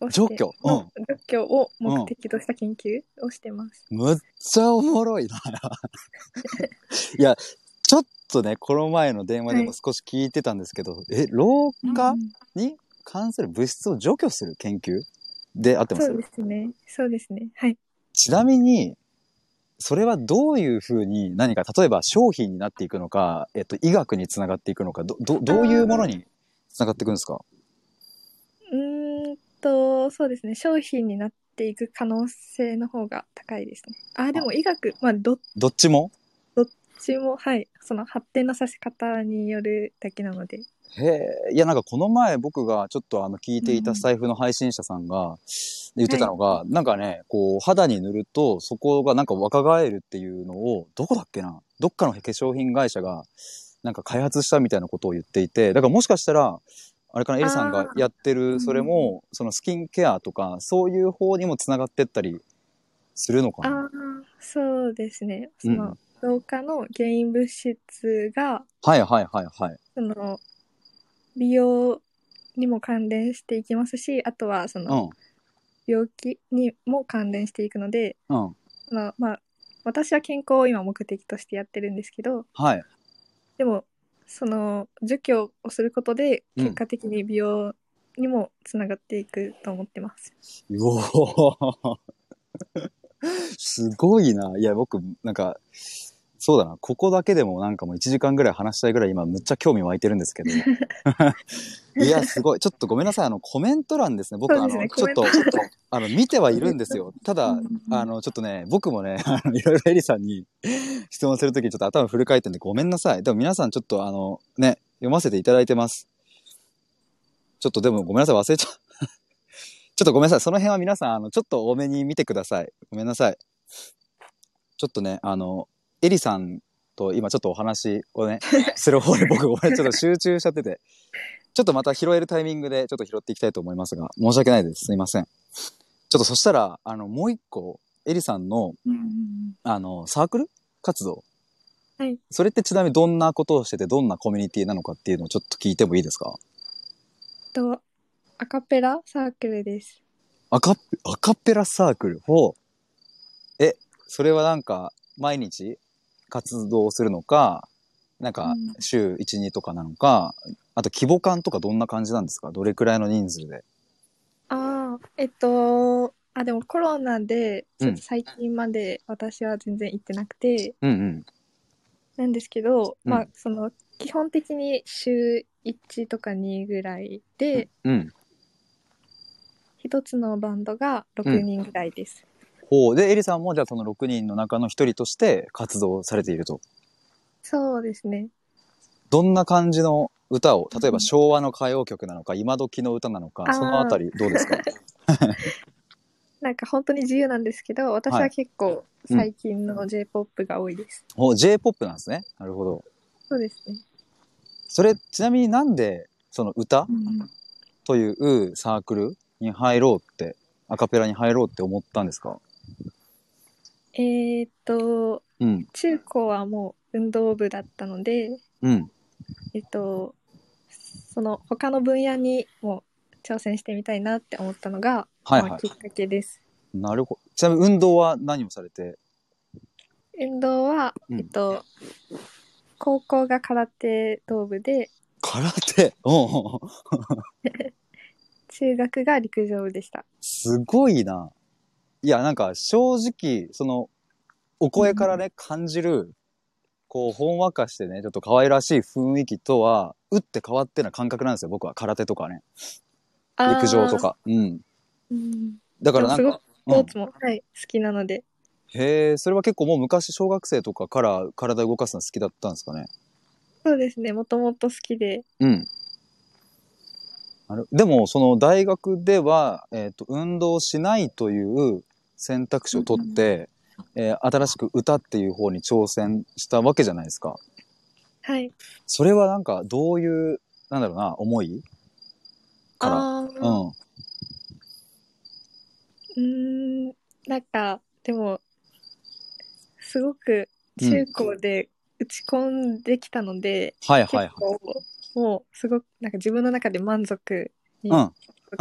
[SPEAKER 2] をして
[SPEAKER 1] 除去うん
[SPEAKER 2] の除去を目的とした研究をしてます、
[SPEAKER 1] むっちゃおもろいな。 いや、ちょっとね、この前の電話でも少し聞いてたんですけど、え、老化
[SPEAKER 2] うん
[SPEAKER 1] に関する物質を除去する研究で合ってま
[SPEAKER 2] そ
[SPEAKER 1] す
[SPEAKER 2] うですねそうですねはい
[SPEAKER 1] ちなみに、それはどういうふうに何か、例えば商品になっていくのか、えっと、医学につながっていくのか、ど、ど、どういうものにつながっていくんですか
[SPEAKER 2] うーんとそうですね商品になっていく可能性の方が高いですねあでも医学まあどっ
[SPEAKER 1] どっちも
[SPEAKER 2] ちもはいその発展のさせ方によるだけなので
[SPEAKER 1] へえ、いや、なんかこの前僕がちょっとあの聞いていた
[SPEAKER 2] うん
[SPEAKER 1] 財布の配信者さんが言ってたのが、なんかね、こう肌に塗るとそこがなんか若返るっていうのを、どこだっけなどっかの化粧品会社がなんか開発したみたいなことを言っていて、だからもしかしたら、あれかな、エリさんがやって
[SPEAKER 2] あー
[SPEAKER 1] る、それも、そのスキンケアとか、そういう方にも繋がってったりするのか
[SPEAKER 2] あ
[SPEAKER 1] な
[SPEAKER 2] あそうですねそ
[SPEAKER 1] うん
[SPEAKER 2] の老化の原因物質が
[SPEAKER 1] はいはいはいはい。
[SPEAKER 2] その美容にも関連していきますしあとはそうの
[SPEAKER 1] ん、
[SPEAKER 2] 病気にも関連していくので、
[SPEAKER 1] うん、
[SPEAKER 2] そのまあ、私は健康を今目的としてやってるんですけど
[SPEAKER 1] はい。
[SPEAKER 2] でもその除去をすることで
[SPEAKER 1] うん
[SPEAKER 2] 結果的に美容にもつながっていくと思ってます。
[SPEAKER 1] うおー すごいな。いや、僕、なんか、そうだな。ここだけでもなんかもう1時間ぐらい話したいぐらい今むっちゃ興味湧いてるんですけ ど。いや、すごい。ちょっとごめんなさい。あの、コメント欄ですね。僕、
[SPEAKER 2] そう
[SPEAKER 1] あ
[SPEAKER 2] ですね
[SPEAKER 1] の、ちょっと、
[SPEAKER 2] コメント欄
[SPEAKER 1] ちょっとあの、見てはいるんですよ。ただ、あの、ちょっとね、僕もね、 あの、いろいろエリさんに 質問するときにちょっと頭フル回転でごめんなさい。でも皆さんちょっとあの、ね、読ませていただいてます。ちょっとでもごめんなさい、忘れちゃう。 ちょっとごめんなさい。その辺は皆さん、あの、ちょっと多めに見てください。ごめんなさい。ちょっとね、あの、エリさんと今ちょっとお話を ね、する方で僕、ごめん、ちょっと集中しちゃってて。ちょっとまた拾えるタイミングでちょっと拾っていきたいと思いますが、申し訳ないです。すいません。ちょっとそしたら、あの、もう一個、エリさんの、
[SPEAKER 2] うん
[SPEAKER 1] あの、サークル活動。
[SPEAKER 2] はい。
[SPEAKER 1] それってちなみにどんなことをしてて、どんなコミュニティなのかっていうのをちょっと聞いてもいいですか
[SPEAKER 2] とアカペラサークルです。
[SPEAKER 1] アカッペ、アカペラサークル。ほう。え、それはなんか、毎日活動するのか、なんか
[SPEAKER 2] うん、
[SPEAKER 1] 週1、2とかなのか、あと規模感とかどんな感じなんですかどれくらいの人数で。
[SPEAKER 2] ああえっとあでもコロナでちょっ
[SPEAKER 1] うん
[SPEAKER 2] と最近まで私は全然行ってなくて、
[SPEAKER 1] うんうん。
[SPEAKER 2] なんですけど、
[SPEAKER 1] うん
[SPEAKER 2] まあその基本的に週1とか2ぐらいで
[SPEAKER 1] うん。
[SPEAKER 2] 一つのバンドが6人ぐらいです。
[SPEAKER 1] ほう。で、エリさんも、じゃあその6人の中の1人として活動されていると。
[SPEAKER 2] そうですね。
[SPEAKER 1] どんな感じの歌を、例え
[SPEAKER 2] う
[SPEAKER 1] ば
[SPEAKER 2] ん
[SPEAKER 1] 昭和の歌謡曲なのか、今時の歌なの
[SPEAKER 2] あ
[SPEAKER 1] か、
[SPEAKER 2] ー
[SPEAKER 1] そのあたりどうですか
[SPEAKER 2] なんか本当に自由なんですけど、私は結構最近の J-POP が多いです。
[SPEAKER 1] ほう、J-POP なんですね。なるほど。
[SPEAKER 2] そうですね。
[SPEAKER 1] それ、ちなみになんで、その歌というサークルに入ろうって、アカペラに入ろうって思ったんですか
[SPEAKER 2] えーっと、
[SPEAKER 1] うん、
[SPEAKER 2] 中高はもう運動部だったので、
[SPEAKER 1] うん。
[SPEAKER 2] えっと、その他の分野にも挑戦してみたいなって思ったのが、
[SPEAKER 1] はい
[SPEAKER 2] ま
[SPEAKER 1] は
[SPEAKER 2] あ、きっかけです。
[SPEAKER 1] い。なるほど。ちなみに運動は何をされて
[SPEAKER 2] 運動は、
[SPEAKER 1] うん
[SPEAKER 2] えっと、高校が空手道部で、
[SPEAKER 1] 空手おうん。
[SPEAKER 2] 中学が陸上部でした。
[SPEAKER 1] すごいな。いや、なんか正直、その、お声からね、感じる、こう、ほんわかしてね、ちょっと可愛らしい雰囲気とは、打って変わってな感覚なんですよ、僕は。空手とかね。陸上と
[SPEAKER 2] あ
[SPEAKER 1] か。うん。
[SPEAKER 2] ー。うん、
[SPEAKER 1] だからなん
[SPEAKER 2] でもす
[SPEAKER 1] か、
[SPEAKER 2] スポ
[SPEAKER 1] う
[SPEAKER 2] ー
[SPEAKER 1] ん、
[SPEAKER 2] ツも、はい、好きなので、
[SPEAKER 1] へえ、それは結構もう昔小学生とかから体動かすの好きだったんですかね。
[SPEAKER 2] そうですね、もともと好きで、
[SPEAKER 1] うん。あれでも、その大学では、えっ、と、運動しないという選択肢を取って、えー新しく歌っていう方に挑戦したわけじゃないですか。
[SPEAKER 2] はい。
[SPEAKER 1] それはなんかどういう、なんだろうな、思いから。
[SPEAKER 2] あ
[SPEAKER 1] う
[SPEAKER 2] あ、
[SPEAKER 1] ん。
[SPEAKER 2] うーん、なんか、でも、すごく中高で打ち込んできたので、
[SPEAKER 1] はいはいはい
[SPEAKER 2] 結。構、もう、すごく、なんか自分の中で満足に、
[SPEAKER 1] うん
[SPEAKER 2] 満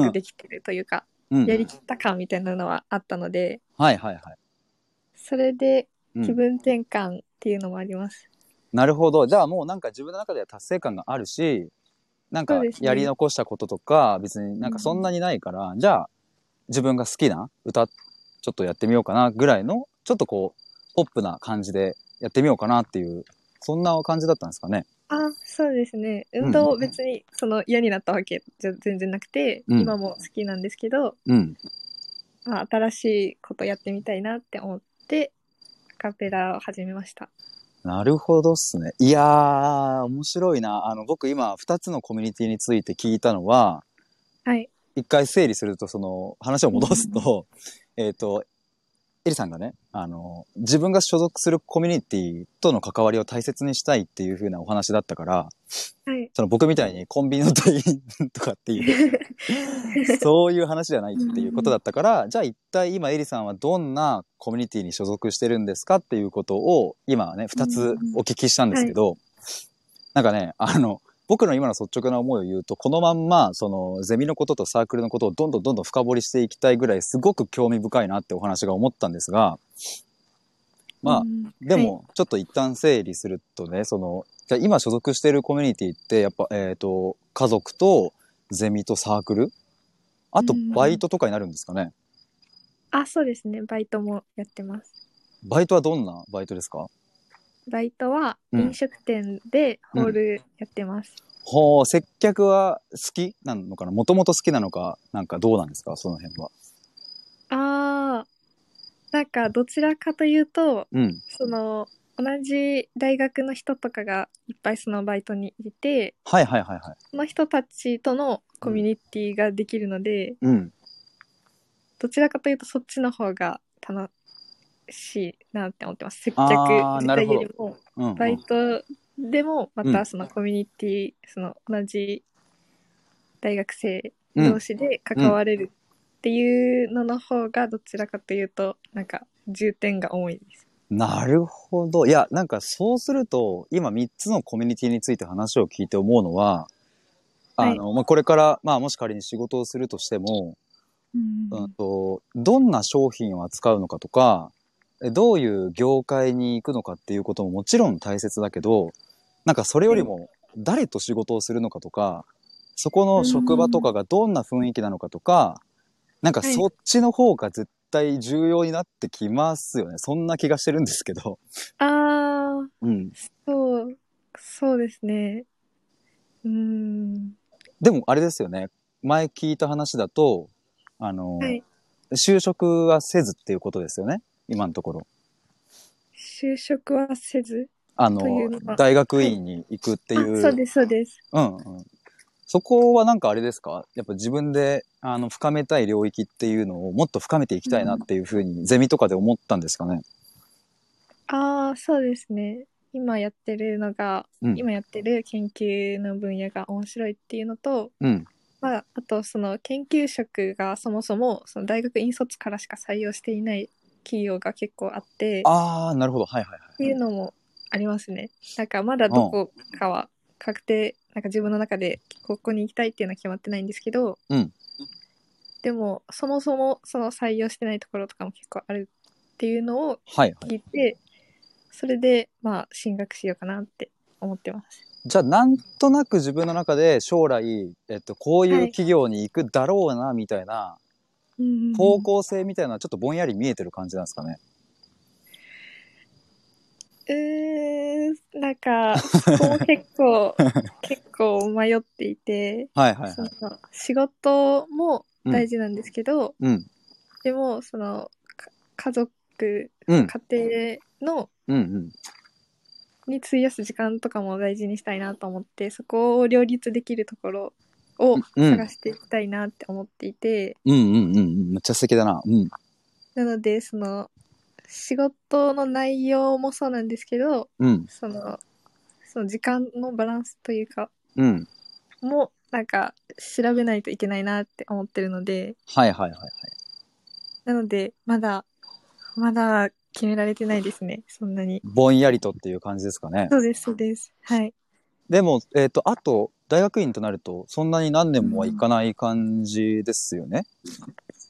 [SPEAKER 2] 足できてるというか、
[SPEAKER 1] うん。
[SPEAKER 2] やりきった感みたいなのはあったので、
[SPEAKER 1] はいはいはい。
[SPEAKER 2] それで
[SPEAKER 1] う
[SPEAKER 2] 気
[SPEAKER 1] ん、
[SPEAKER 2] 分転換っていうのもあります。
[SPEAKER 1] なるほど。じゃあもうなんか自分の中では達成感があるし、なんか
[SPEAKER 2] そうですね
[SPEAKER 1] やり残したこととか、別になんかそんなにないから、じゃあ自分が好きな歌、ちょっとやってみようかなぐらいの、ちょっとこう、ポップな感じでやってみようかなっていう、そんな感じだったんですかね。
[SPEAKER 2] あそうですね
[SPEAKER 1] ん
[SPEAKER 2] 運動を別にその嫌になったわけじゃ全然なくて、
[SPEAKER 1] うん
[SPEAKER 2] 今も好きなんですけど、
[SPEAKER 1] うん。
[SPEAKER 2] まあ、新しいことやってみたいなって思ってアカペラを始めました
[SPEAKER 1] なるほどっすね。いやー、面白いな。あの、僕今、二つのコミュニティについて聞いたのは、
[SPEAKER 2] はい
[SPEAKER 1] 一回整理すると、その、話を戻すと、えっと、エリさんがね、あの、自分が所属するコミュニティとの関わりを大切にしたいっていう風なお話だったから、
[SPEAKER 2] はい
[SPEAKER 1] その僕みたいにコンビニの店員とかって いう、そういう話じゃないっていうことだったから、じゃあ一体今エリさんはどんなコミュニティに所属してるんですかっていうことを、今ね、二つお聞きしたんですけど、なんかね、あの、僕の今の率直な思いを言うと、このまんま、その、ゼミのこととサークルのことをどんどんどんどん深掘りしていきたいぐらい、すごく興味深いなってお話が思ったんですが、まあ
[SPEAKER 2] う、ん
[SPEAKER 1] でも、ちょっと一旦整理するとね、その、じゃあ今所属しているコミュニティって、やっぱ、えっ、と、家族と、ゼミとサークルあと
[SPEAKER 2] う、ん
[SPEAKER 1] バイトとかになるんですかね、
[SPEAKER 2] あそうですねバイトもやってます
[SPEAKER 1] バイトはどんなバイトですか
[SPEAKER 2] バイトは
[SPEAKER 1] うん
[SPEAKER 2] 飲食店でホールやってます、
[SPEAKER 1] ほう、接客は好きなのかなもともと好きなのか、なんかどうなんですかその辺は。
[SPEAKER 2] あーなんかどちらかというと
[SPEAKER 1] うん。
[SPEAKER 2] その同じ大学の人とかがいっぱいそのバイトにいて、
[SPEAKER 1] はいはいはいはい。
[SPEAKER 2] その人たちとのコミュニティができるので、
[SPEAKER 1] うん。
[SPEAKER 2] どちらかというとそっちの方が楽しいなって思ってます接客
[SPEAKER 1] あー
[SPEAKER 2] 自
[SPEAKER 1] なる
[SPEAKER 2] 体
[SPEAKER 1] ほど
[SPEAKER 2] よりも
[SPEAKER 1] うん、うん。
[SPEAKER 2] バイトでもま
[SPEAKER 1] うん
[SPEAKER 2] たそのコミュニティ、その同じ大学生
[SPEAKER 1] うん
[SPEAKER 2] 同士で関われるっていうのの方がどちらかというとなんか重点が重いです。
[SPEAKER 1] なるほど。いや、なんかそうすると、今3つのコミュニティについて話を聞いて思うのは、あの、まあ、これから、まあ、もし仮に仕事をするとしても、うんと、どんな商品を扱うのかとか、えどういう業界に行くのかっていうことももちろん大切だけど、なんかそれよりも、誰と仕事をするのかとか、そこの職場とかがどんな雰囲気なのかとか、なんかそっちの方が絶対重要になってきますよね。そんな気がしてるんですけど。
[SPEAKER 2] ああ
[SPEAKER 1] うん。
[SPEAKER 2] そうそうですね。うん
[SPEAKER 1] でもあれですよね。前聞いた話だと、あの、
[SPEAKER 2] はい
[SPEAKER 1] 就職はせずっていうことですよね。今のところ。
[SPEAKER 2] 就職はせず
[SPEAKER 1] あ
[SPEAKER 2] というの
[SPEAKER 1] の、
[SPEAKER 2] は
[SPEAKER 1] 大学院に行くってい
[SPEAKER 2] あ
[SPEAKER 1] う。
[SPEAKER 2] そうですそうです。
[SPEAKER 1] うん、うん。そこはなんかあれですかやっぱ自分で、あの、深めたい領域っていうのをもっと深めていきたいなっていうふうに、ゼミとかで思ったんですかね。
[SPEAKER 2] ああ、そうですね。今やってるのが、
[SPEAKER 1] うん。
[SPEAKER 2] 今やってる研究の分野が面白いっていうのと、
[SPEAKER 1] うん。
[SPEAKER 2] まあ、あとその研究職がそもそもその大学院卒からしか採用していない企業が結構あって、っ
[SPEAKER 1] あー、なるほど。はいはい
[SPEAKER 2] て
[SPEAKER 1] はいい。
[SPEAKER 2] うのもありますね。なんかまだどこかは確定、なんか自分の中でここに行きたいっていうのは決まってないんですけど、
[SPEAKER 1] うん
[SPEAKER 2] でもそもそもその採用してないところとかも結構あるっていうのを
[SPEAKER 1] はいはい。
[SPEAKER 2] 聞いて、それで、まあ、進学しようかなって思ってます。
[SPEAKER 1] じゃあ、なんとなく自分の中で将来、えっと、こういう企業に行くだろうな、みたいな、方向性みたいなのはちょっとぼんやり見えてる感じなんですかね。
[SPEAKER 2] うーん、なんか、そこも結構、結構迷っていて、
[SPEAKER 1] はいはい
[SPEAKER 2] そ
[SPEAKER 1] はい。
[SPEAKER 2] の仕事も大事なんですけど、
[SPEAKER 1] うん。
[SPEAKER 2] でも、その、か家族、
[SPEAKER 1] うん。
[SPEAKER 2] 家庭の、
[SPEAKER 1] うんうん。
[SPEAKER 2] に費やす時間とかも大事にしたいなと思って、そこを両立できるところを
[SPEAKER 1] うん
[SPEAKER 2] 探していきたいなって思っていて、
[SPEAKER 1] うんうんうん。めっちゃ素敵だな。うん。
[SPEAKER 2] なのでその仕事の内容もそうなんですけど
[SPEAKER 1] うん。
[SPEAKER 2] そのその時間のバランスというか
[SPEAKER 1] うん。
[SPEAKER 2] もなんか調べないといけないなって思ってるので
[SPEAKER 1] はいはいはいはい。
[SPEAKER 2] なのでまだまだ決められてないですねそんなに
[SPEAKER 1] ぼんやりとっていう感じですかね。
[SPEAKER 2] そうですそうですはい
[SPEAKER 1] でも、えっ、と、あと、大学院となると、そんなに何年もはいかない感じですよね。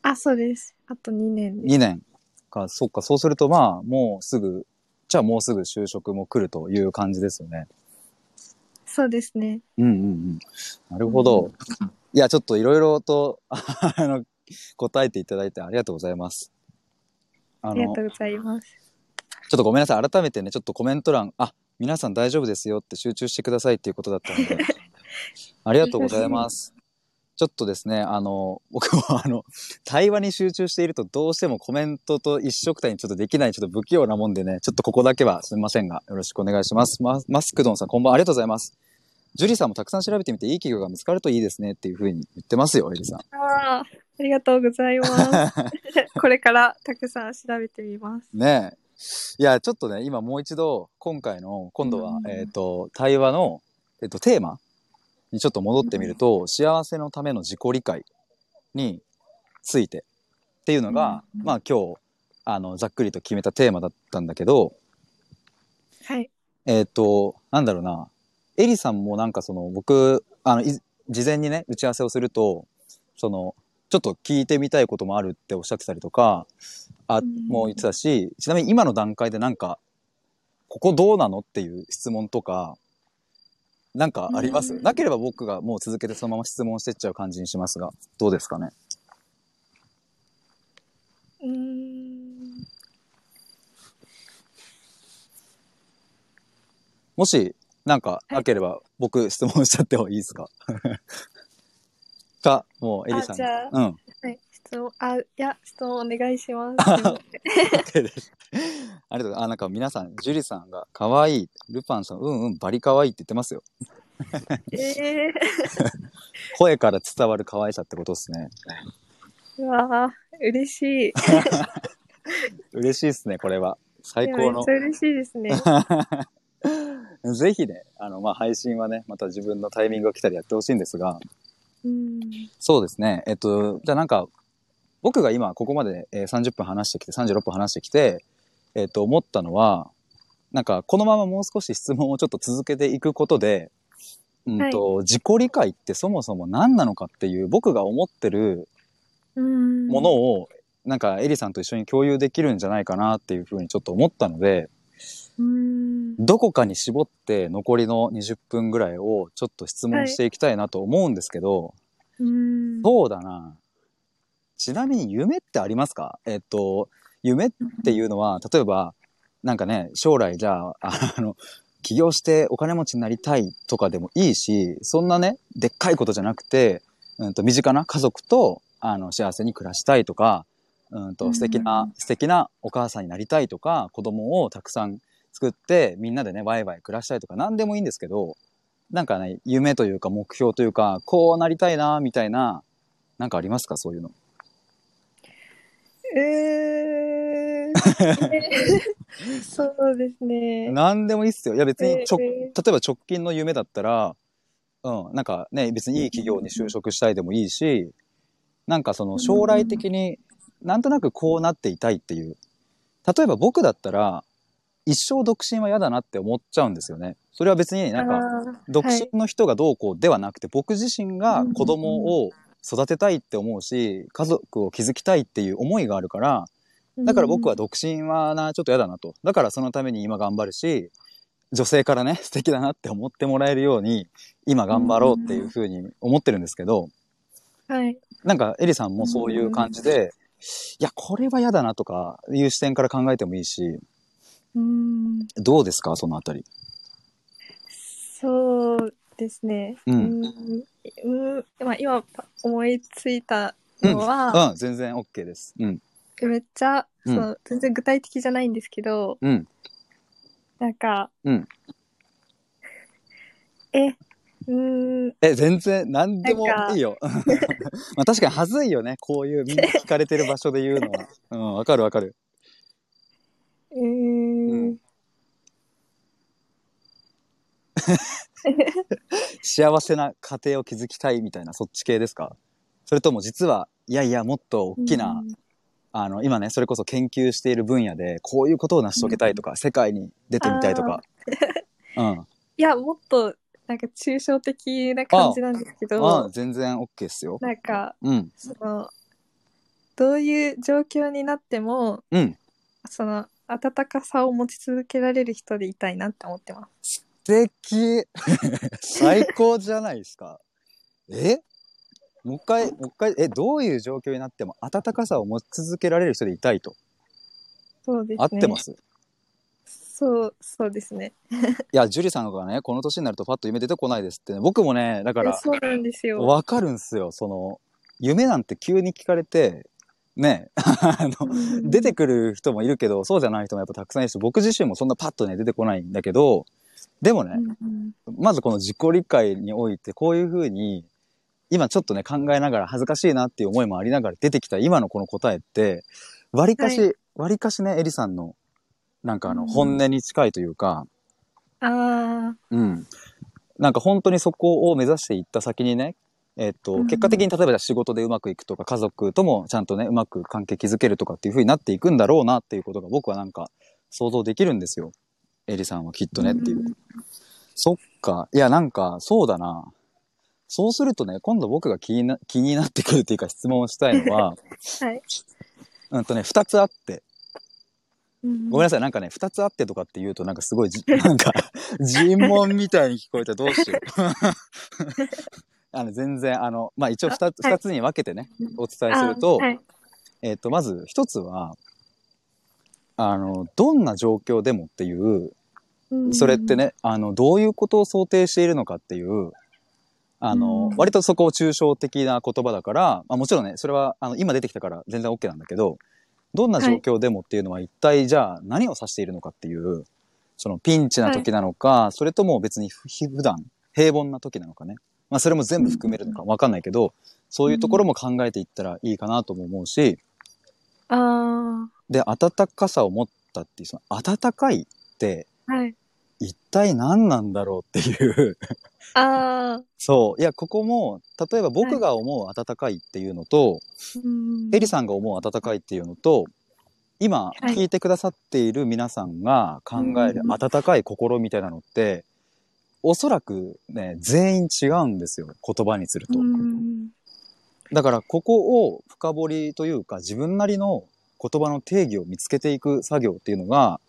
[SPEAKER 2] あそうですあと2年です
[SPEAKER 1] 2年か、そっか、そうすると、まあ、もうすぐ、じゃあもうすぐ就職も来るという感じですよね。
[SPEAKER 2] そうですね
[SPEAKER 1] うんうんうん。なるほど。いや、ちょっといろいろと、あの、答えていただいてありがとうございます。あ
[SPEAKER 2] あ
[SPEAKER 1] の、
[SPEAKER 2] りがとうございます
[SPEAKER 1] ちょっとごめんなさい。改めてね、ちょっとコメント欄、あ、皆さん大丈夫ですよって集中してくださいっていうことだったので、ありがとうございます。ちょっとですね、あの、僕はあの、対話に集中しているとどうしてもコメントと一緒くたにちょっとできない、ちょっと不器用なもんでね、ちょっとここだけはすみませんが、よろしくお願いします。ママスクドンさん、こんばんは。ありがとうございます。ジュリさんもたくさん調べてみて、いい企業が見つかるといいですねっていうふうに言ってますよ、エリさん。
[SPEAKER 2] あーありがとうござ いますこれからたくさん調べてみます
[SPEAKER 1] ねえ。いや、ちょっとね、今もう一度、今回の、今度は
[SPEAKER 2] う、ん
[SPEAKER 1] えっ、と、対話の、えっ、と、テーマにちょっと戻ってみると、幸せのための自己理解についてっていうのが、
[SPEAKER 2] うん
[SPEAKER 1] まあ今日、あの、ざっくりと決めたテーマだったんだけど、
[SPEAKER 2] はい
[SPEAKER 1] えっ、と、なんだろうな、エリさんもなんかその、僕、あの、い事前にね、打ち合わせをすると、その、ちょっと聞いてみたいこともあるっておっしゃってたりとか、あ、
[SPEAKER 2] うん
[SPEAKER 1] もう言ってたし、ちなみに今の段階でなんか、ここどうなのっていう質問とか、なんかあります、
[SPEAKER 2] うん
[SPEAKER 1] なければ僕がもう続けてそのまま質問してっちゃう感じにしますが、どうですかね
[SPEAKER 2] うーん
[SPEAKER 1] もし、なんかなければ僕質問しちゃってもいいですか か、もうエリさ
[SPEAKER 2] あ
[SPEAKER 1] ん
[SPEAKER 2] じゃあ
[SPEAKER 1] が。うん。
[SPEAKER 2] はい、質問、あ、いや、質問お願い します。
[SPEAKER 1] 手でありがとうございます。あ、なんか皆さん、ジュリさんが可愛い、ルパンさん、うんうん、バリ可愛いって言ってますよ。
[SPEAKER 2] ええ
[SPEAKER 1] 声から伝わる可愛さってことですね。
[SPEAKER 2] ー、うわー、嬉しい。い
[SPEAKER 1] 嬉しいですね、これは。最
[SPEAKER 2] や
[SPEAKER 1] 高
[SPEAKER 2] めっ
[SPEAKER 1] の
[SPEAKER 2] ちゃ。嬉しいで すね。
[SPEAKER 1] ぜひね、あの、まあ、配信はね、また自分のタイミングが来たらやってほしいんですが、
[SPEAKER 2] うん、
[SPEAKER 1] そうですね。えっと、じゃあなんか、僕が今ここまでえー30分話してきて、36分話してきて、えっと、思ったのは、なんか、このままもう少し質問をちょっと続けていくことで、うんと、自己理解ってそもそも何なのかっていう、僕が思ってる
[SPEAKER 2] うん、
[SPEAKER 1] ものを、なんか、エリさんと一緒に共有できるんじゃないかなっていうふうにちょっと思ったので、
[SPEAKER 2] うん、
[SPEAKER 1] どこかに絞って残りの20分ぐらいをちょっと質問していきたいなと思うんですけど、
[SPEAKER 2] うん、
[SPEAKER 1] そうだな。ちなみに夢ってありますかえっと、夢っていうのは、例えば、なんかね、将来じゃあ、あの、起業してお金持ちになりたいとかでもいいし、そんなね、でっかいことじゃなくて、うんと、身近な家族と、あの、幸せに暮らしたいとか、うん
[SPEAKER 2] う
[SPEAKER 1] と、
[SPEAKER 2] ん
[SPEAKER 1] 素敵な、素敵なお母さんになりたいとか、子供をたくさん作って、みんなでね、ワイワイ暮らしたいとか、なんでもいいんですけど、なんかね、夢というか目標というか、こうなりたいな、みたいな、なんかありますかそういうの。
[SPEAKER 2] えー、 そうですね。
[SPEAKER 1] なんでもいいっすよ。いや別にちょ、
[SPEAKER 2] え
[SPEAKER 1] 例えば直近の夢だったら、うん、なんかね、別にいい企業に就職したいでもいいし、なんかその将来的になんとなくこうなっていたいっていう。例えば僕だったら、一生独身は嫌だなって思っちゃうんですよね。それは別に
[SPEAKER 2] ー、
[SPEAKER 1] なんか、
[SPEAKER 2] か
[SPEAKER 1] 独身の人がどうこうではなくて、僕自身が子供を育てたいって思うし、家族を築きたいっていう思いがあるから、だから僕は独身はな、ちょっと嫌だなと。だからそのために今頑張るし、女性からね、 素敵だなって思ってもらえるように、今頑張ろうっていうふうに思ってるんですけど、
[SPEAKER 2] はい、
[SPEAKER 1] なんかエリさんもそういう感じで、いや、これは嫌だなとかいう視点から考えてもいいし、
[SPEAKER 2] うん、
[SPEAKER 1] どうですかそのあたり。
[SPEAKER 2] そうですね。
[SPEAKER 1] うん
[SPEAKER 2] うん、うん、まあ今パ思いついた
[SPEAKER 1] うん。
[SPEAKER 2] のは、
[SPEAKER 1] うん、全然 OK です。うん。
[SPEAKER 2] めっちゃ、
[SPEAKER 1] う
[SPEAKER 2] そ
[SPEAKER 1] ん
[SPEAKER 2] の全然具体的じゃないんですけど、
[SPEAKER 1] うん。
[SPEAKER 2] なんか、
[SPEAKER 1] うん
[SPEAKER 2] え、うーん、
[SPEAKER 1] え、全然、なんでも
[SPEAKER 2] なんか
[SPEAKER 1] いいよ。 まあ確かに恥ずいよね。こういうみんな聞かれてる場所で言うのは。うん、わかるわかる。
[SPEAKER 2] うーん、
[SPEAKER 1] うん幸せな家庭を築きたいみたいなそっち系ですかそれとも実はいやいやもっと大きな、あの今ねそれこそ研究している分野でこういうことを成し遂げたいとか、世界に出てみたいとか、 うん、
[SPEAKER 2] いやもっとなんか抽象的な感じなんですけ
[SPEAKER 1] あ
[SPEAKER 2] ど
[SPEAKER 1] 全然 OK ですよ。
[SPEAKER 2] なんか
[SPEAKER 1] うん
[SPEAKER 2] そのどういう状況になっても
[SPEAKER 1] うん
[SPEAKER 2] その温かさを持ち続けられる人でいたいなって思ってます。
[SPEAKER 1] 素敵 最高じゃないですか。えもう一回もう一回えどういう状況になっても温かさを持ち続けられる人でいたいと、
[SPEAKER 2] そうですね。
[SPEAKER 1] 合ってます
[SPEAKER 2] そうそうですね。
[SPEAKER 1] いや、ジュリさんがね、この年になるとパッと夢出てこないですってね、僕もね、だか
[SPEAKER 2] いや
[SPEAKER 1] ら、
[SPEAKER 2] そうなんですよ。
[SPEAKER 1] わかるんすよ。その、夢なんて急に聞かれて、ね、 あの、
[SPEAKER 2] うん
[SPEAKER 1] 出てくる人もいるけど、そうじゃない人もやっぱたくさんいるし、僕自身もそんなパッとね、出てこないんだけど、でもね、
[SPEAKER 2] うん
[SPEAKER 1] まずこの自己理解において、こういうふうに、今ちょっとね、考えながら恥ずかしいなっていう思いもありながら出てきた今のこの答えって、わりかし、
[SPEAKER 2] は
[SPEAKER 1] わりかしね、エリさんの、なんかあ
[SPEAKER 2] う
[SPEAKER 1] の、
[SPEAKER 2] ん
[SPEAKER 1] 本音に近いというか、
[SPEAKER 2] ああ
[SPEAKER 1] うん、なんか本当にそこを目指していった先にね、えっと
[SPEAKER 2] うん
[SPEAKER 1] 結果的に例えば仕事でうまくいくとか家族ともちゃんとねうまく関係築けるとかっていう風になっていくんだろうなっていうことが僕はなんか想像できるんですよエリさんはきっとねっていう。
[SPEAKER 2] うん
[SPEAKER 1] そっかいやなんかそうだなそうするとね今度僕が気にな気になってくるっていうか質問をしたいのは、
[SPEAKER 2] はい
[SPEAKER 1] うんとね2つあってごめん
[SPEAKER 2] な
[SPEAKER 1] なさい、なんかね、二つあってとかって言うと、なんかすごいじ、 なんか、尋問みたいに聞こえてどう しよう。あの、全然、あの、まあ、一応二つ、
[SPEAKER 2] あは
[SPEAKER 1] 二
[SPEAKER 2] い
[SPEAKER 1] つに分けてね、お伝え
[SPEAKER 2] あ
[SPEAKER 1] すると、
[SPEAKER 2] はい
[SPEAKER 1] えっと、まず一つは、あの、どんな状況でもっていう、
[SPEAKER 2] うん
[SPEAKER 1] それってね、あの、どういうことを想定しているのかっていう、あの、
[SPEAKER 2] うん
[SPEAKER 1] 割とそこを抽象的な言葉だから、まあ、もちろんね、それは、あの、今出てきたから全然 OK なんだけど、どんな状況でもっていうのは一体じゃあ何を指しているのかっていう、そのピンチな時なのか、それとも別にふ普段、平凡な時なのかね。まあ、それも全部含めるのかわかんないけど、そういうところも考えていったらいいかなとも思うし、
[SPEAKER 2] あ
[SPEAKER 1] で、温かさを持ったっていう、その温かいって
[SPEAKER 2] あはい
[SPEAKER 1] 一体何なんだろうっていう、
[SPEAKER 2] ああ
[SPEAKER 1] そう。いや、ここも、例えば僕が思う温かいっていうのと、
[SPEAKER 2] うん
[SPEAKER 1] エリさんが思う温かいっていうのと、今、
[SPEAKER 2] はい
[SPEAKER 1] 聞いてくださっている皆さんが考える
[SPEAKER 2] うん
[SPEAKER 1] 温かい心みたいなのって、おそらくね、全員違うんですよ。言葉にすると。
[SPEAKER 2] うん
[SPEAKER 1] だから、ここを深掘りというか、自分なりの言葉の定義を見つけていく作業っていうのが、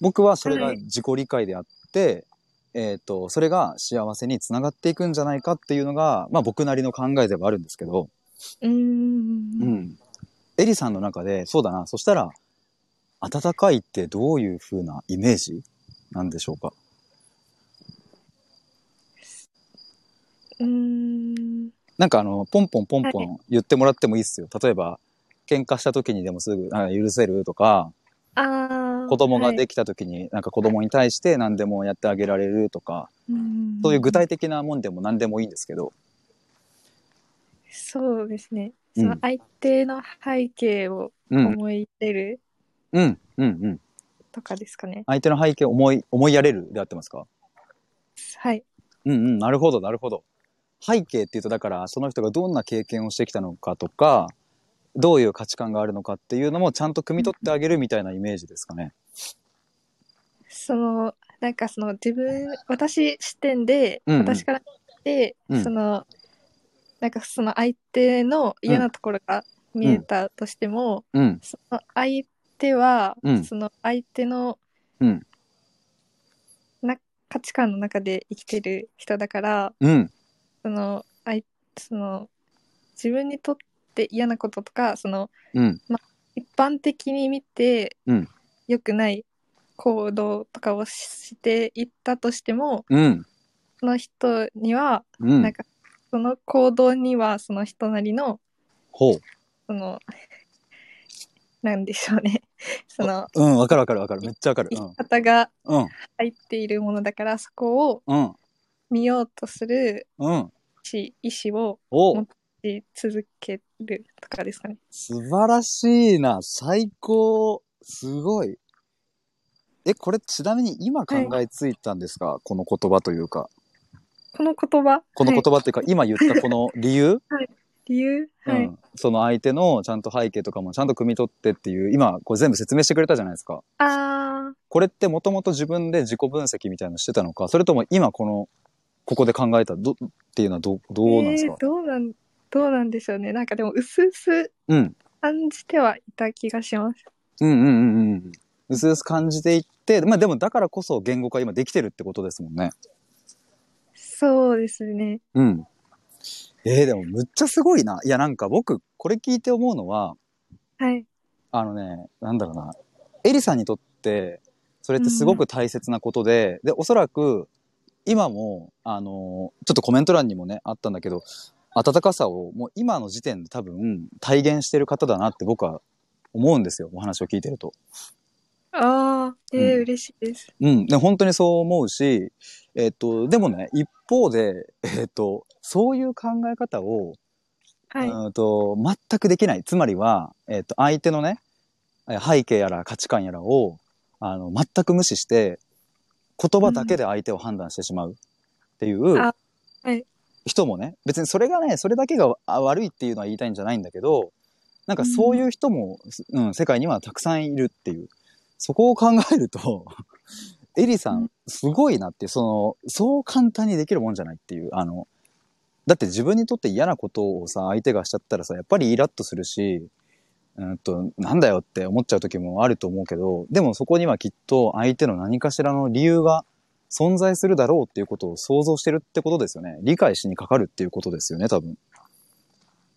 [SPEAKER 1] 僕はそれが
[SPEAKER 2] はい
[SPEAKER 1] 自己理解であって、えっ、と、それが幸せにつながっていくんじゃないかっていうのが、まあ僕なりの考えではあるんですけど、
[SPEAKER 2] うん
[SPEAKER 1] ん。エリさんの中で、そうだな、そしたら、温かいってどういう風なイメージなんでしょうか
[SPEAKER 2] うん
[SPEAKER 1] なんかあの、ポンポンポンポン言ってもらってもいいっすよ。例えば、喧嘩した時にでもすぐ、あ許せるとか、
[SPEAKER 2] ああ
[SPEAKER 1] 子供ができた時に、なんか子供に対して何でもやってあげられるとか、そういう具体的なもんでも何でもいいんですけど、
[SPEAKER 2] そうですね。
[SPEAKER 1] う
[SPEAKER 2] そ
[SPEAKER 1] ん
[SPEAKER 2] の相手の背景を
[SPEAKER 1] うん、
[SPEAKER 2] 思い出る
[SPEAKER 1] うん、うん、うん。
[SPEAKER 2] とかですかね。
[SPEAKER 1] 相手の背景を思い、思いやれるであってますか
[SPEAKER 2] はい。
[SPEAKER 1] うんうん、なるほど、なるほど。背景っていうと、だから、その人がどんな経験をしてきたのかとか、どういう価値観があるのかっていうのもちゃんと汲み取ってあげるみたいなイメージですかね。
[SPEAKER 2] そのなんかその自分私視点で、
[SPEAKER 1] うんうん
[SPEAKER 2] 私から見て、
[SPEAKER 1] うん
[SPEAKER 2] そのなんかその相手の嫌なところが見えたとしても、
[SPEAKER 1] うん、
[SPEAKER 2] その相手は、
[SPEAKER 1] うん
[SPEAKER 2] その相手の、
[SPEAKER 1] うん
[SPEAKER 2] な価値観の中で生きてる人だから
[SPEAKER 1] うん、
[SPEAKER 2] そのあいその自分にとって嫌なこととかその
[SPEAKER 1] うん、
[SPEAKER 2] 一般的に見て
[SPEAKER 1] うん
[SPEAKER 2] 良くない行動とかをしていったとしても
[SPEAKER 1] うん、
[SPEAKER 2] その人には、
[SPEAKER 1] う
[SPEAKER 2] なん
[SPEAKER 1] ん。
[SPEAKER 2] かその行動にはその人なりの
[SPEAKER 1] ほう。
[SPEAKER 2] そのなんでしょうね その
[SPEAKER 1] うん、わかるわかるわかる。めっちゃわかる。
[SPEAKER 2] 生き方が
[SPEAKER 1] うん、
[SPEAKER 2] 入っているものだからそこを
[SPEAKER 1] うん、
[SPEAKER 2] 見ようとする
[SPEAKER 1] うん、うん。
[SPEAKER 2] し意思を
[SPEAKER 1] お
[SPEAKER 2] 持し続けるとかですかね。
[SPEAKER 1] 素晴らしいな。最高。すごい。え、これちなみに今考えついたんですか、この言葉というか。
[SPEAKER 2] この言葉
[SPEAKER 1] この言
[SPEAKER 2] はい
[SPEAKER 1] 葉というか、今言ったこの理由、
[SPEAKER 2] 理由
[SPEAKER 1] う
[SPEAKER 2] はい、
[SPEAKER 1] ん、その相手のちゃんと背景とかもちゃんと汲み取ってっていう、今これ全部説明してくれたじゃないですか。
[SPEAKER 2] あ
[SPEAKER 1] これってもともと自分で自己分析みたいなのしてたのか、それとも今この、ここで考えたどっていうのはどど
[SPEAKER 2] ー
[SPEAKER 1] うなんです
[SPEAKER 2] え
[SPEAKER 1] か
[SPEAKER 2] ー、、どうなんどうなんでしょうねなんかでもうすうす
[SPEAKER 1] うん。
[SPEAKER 2] 感じてはいた気がします
[SPEAKER 1] うんうんうんうん。うすうす感じていって、まあでもだからこそ言語化今できてるってことですもんね。
[SPEAKER 2] そうですね
[SPEAKER 1] うん。えー、でもむっちゃすごいな。いやなんか僕、これ聞いて思うのは、
[SPEAKER 2] はい
[SPEAKER 1] あのね、なんだろうな。エリさんにとって、それってすごく大切なことで、で、おそらく、今も、あのーちょっとコメント欄にもね、あったんだけど、温かさをもう今の時点で多分体現してる方だなって僕は思うんですよ。お話を聞いてると。
[SPEAKER 2] ああえー
[SPEAKER 1] うん
[SPEAKER 2] 嬉しいです
[SPEAKER 1] うん。で、本当にそう思うし、えっと、でもね、一方で、えっと、そういう考え方を、
[SPEAKER 2] はいう
[SPEAKER 1] ーんと全くできないつまりは、えっと相手のねえー背景やら価値観やらをあの全く無視して言葉だけで相手を判断してしまうってい
[SPEAKER 2] ん
[SPEAKER 1] う
[SPEAKER 2] あはい
[SPEAKER 1] 人もね、別にそれがねそれだけがあ悪いっていうのは言いたいんじゃないんだけどなんかそういう人も、うん世界にはたくさんいるっていうそこを考えると エリさ
[SPEAKER 2] うんん
[SPEAKER 1] すごいなってそのそう簡単にできるもんじゃないっていうあのだって自分にとって嫌なことをさ相手がしちゃったらさやっぱりイラッとするし、うん、となんだよって思っちゃう時もあると思うけどでもそこにはきっと相手の何かしらの理由が存在するだろうっていうことを想像してるってことですよね理解しにかかるっていうことですよね多分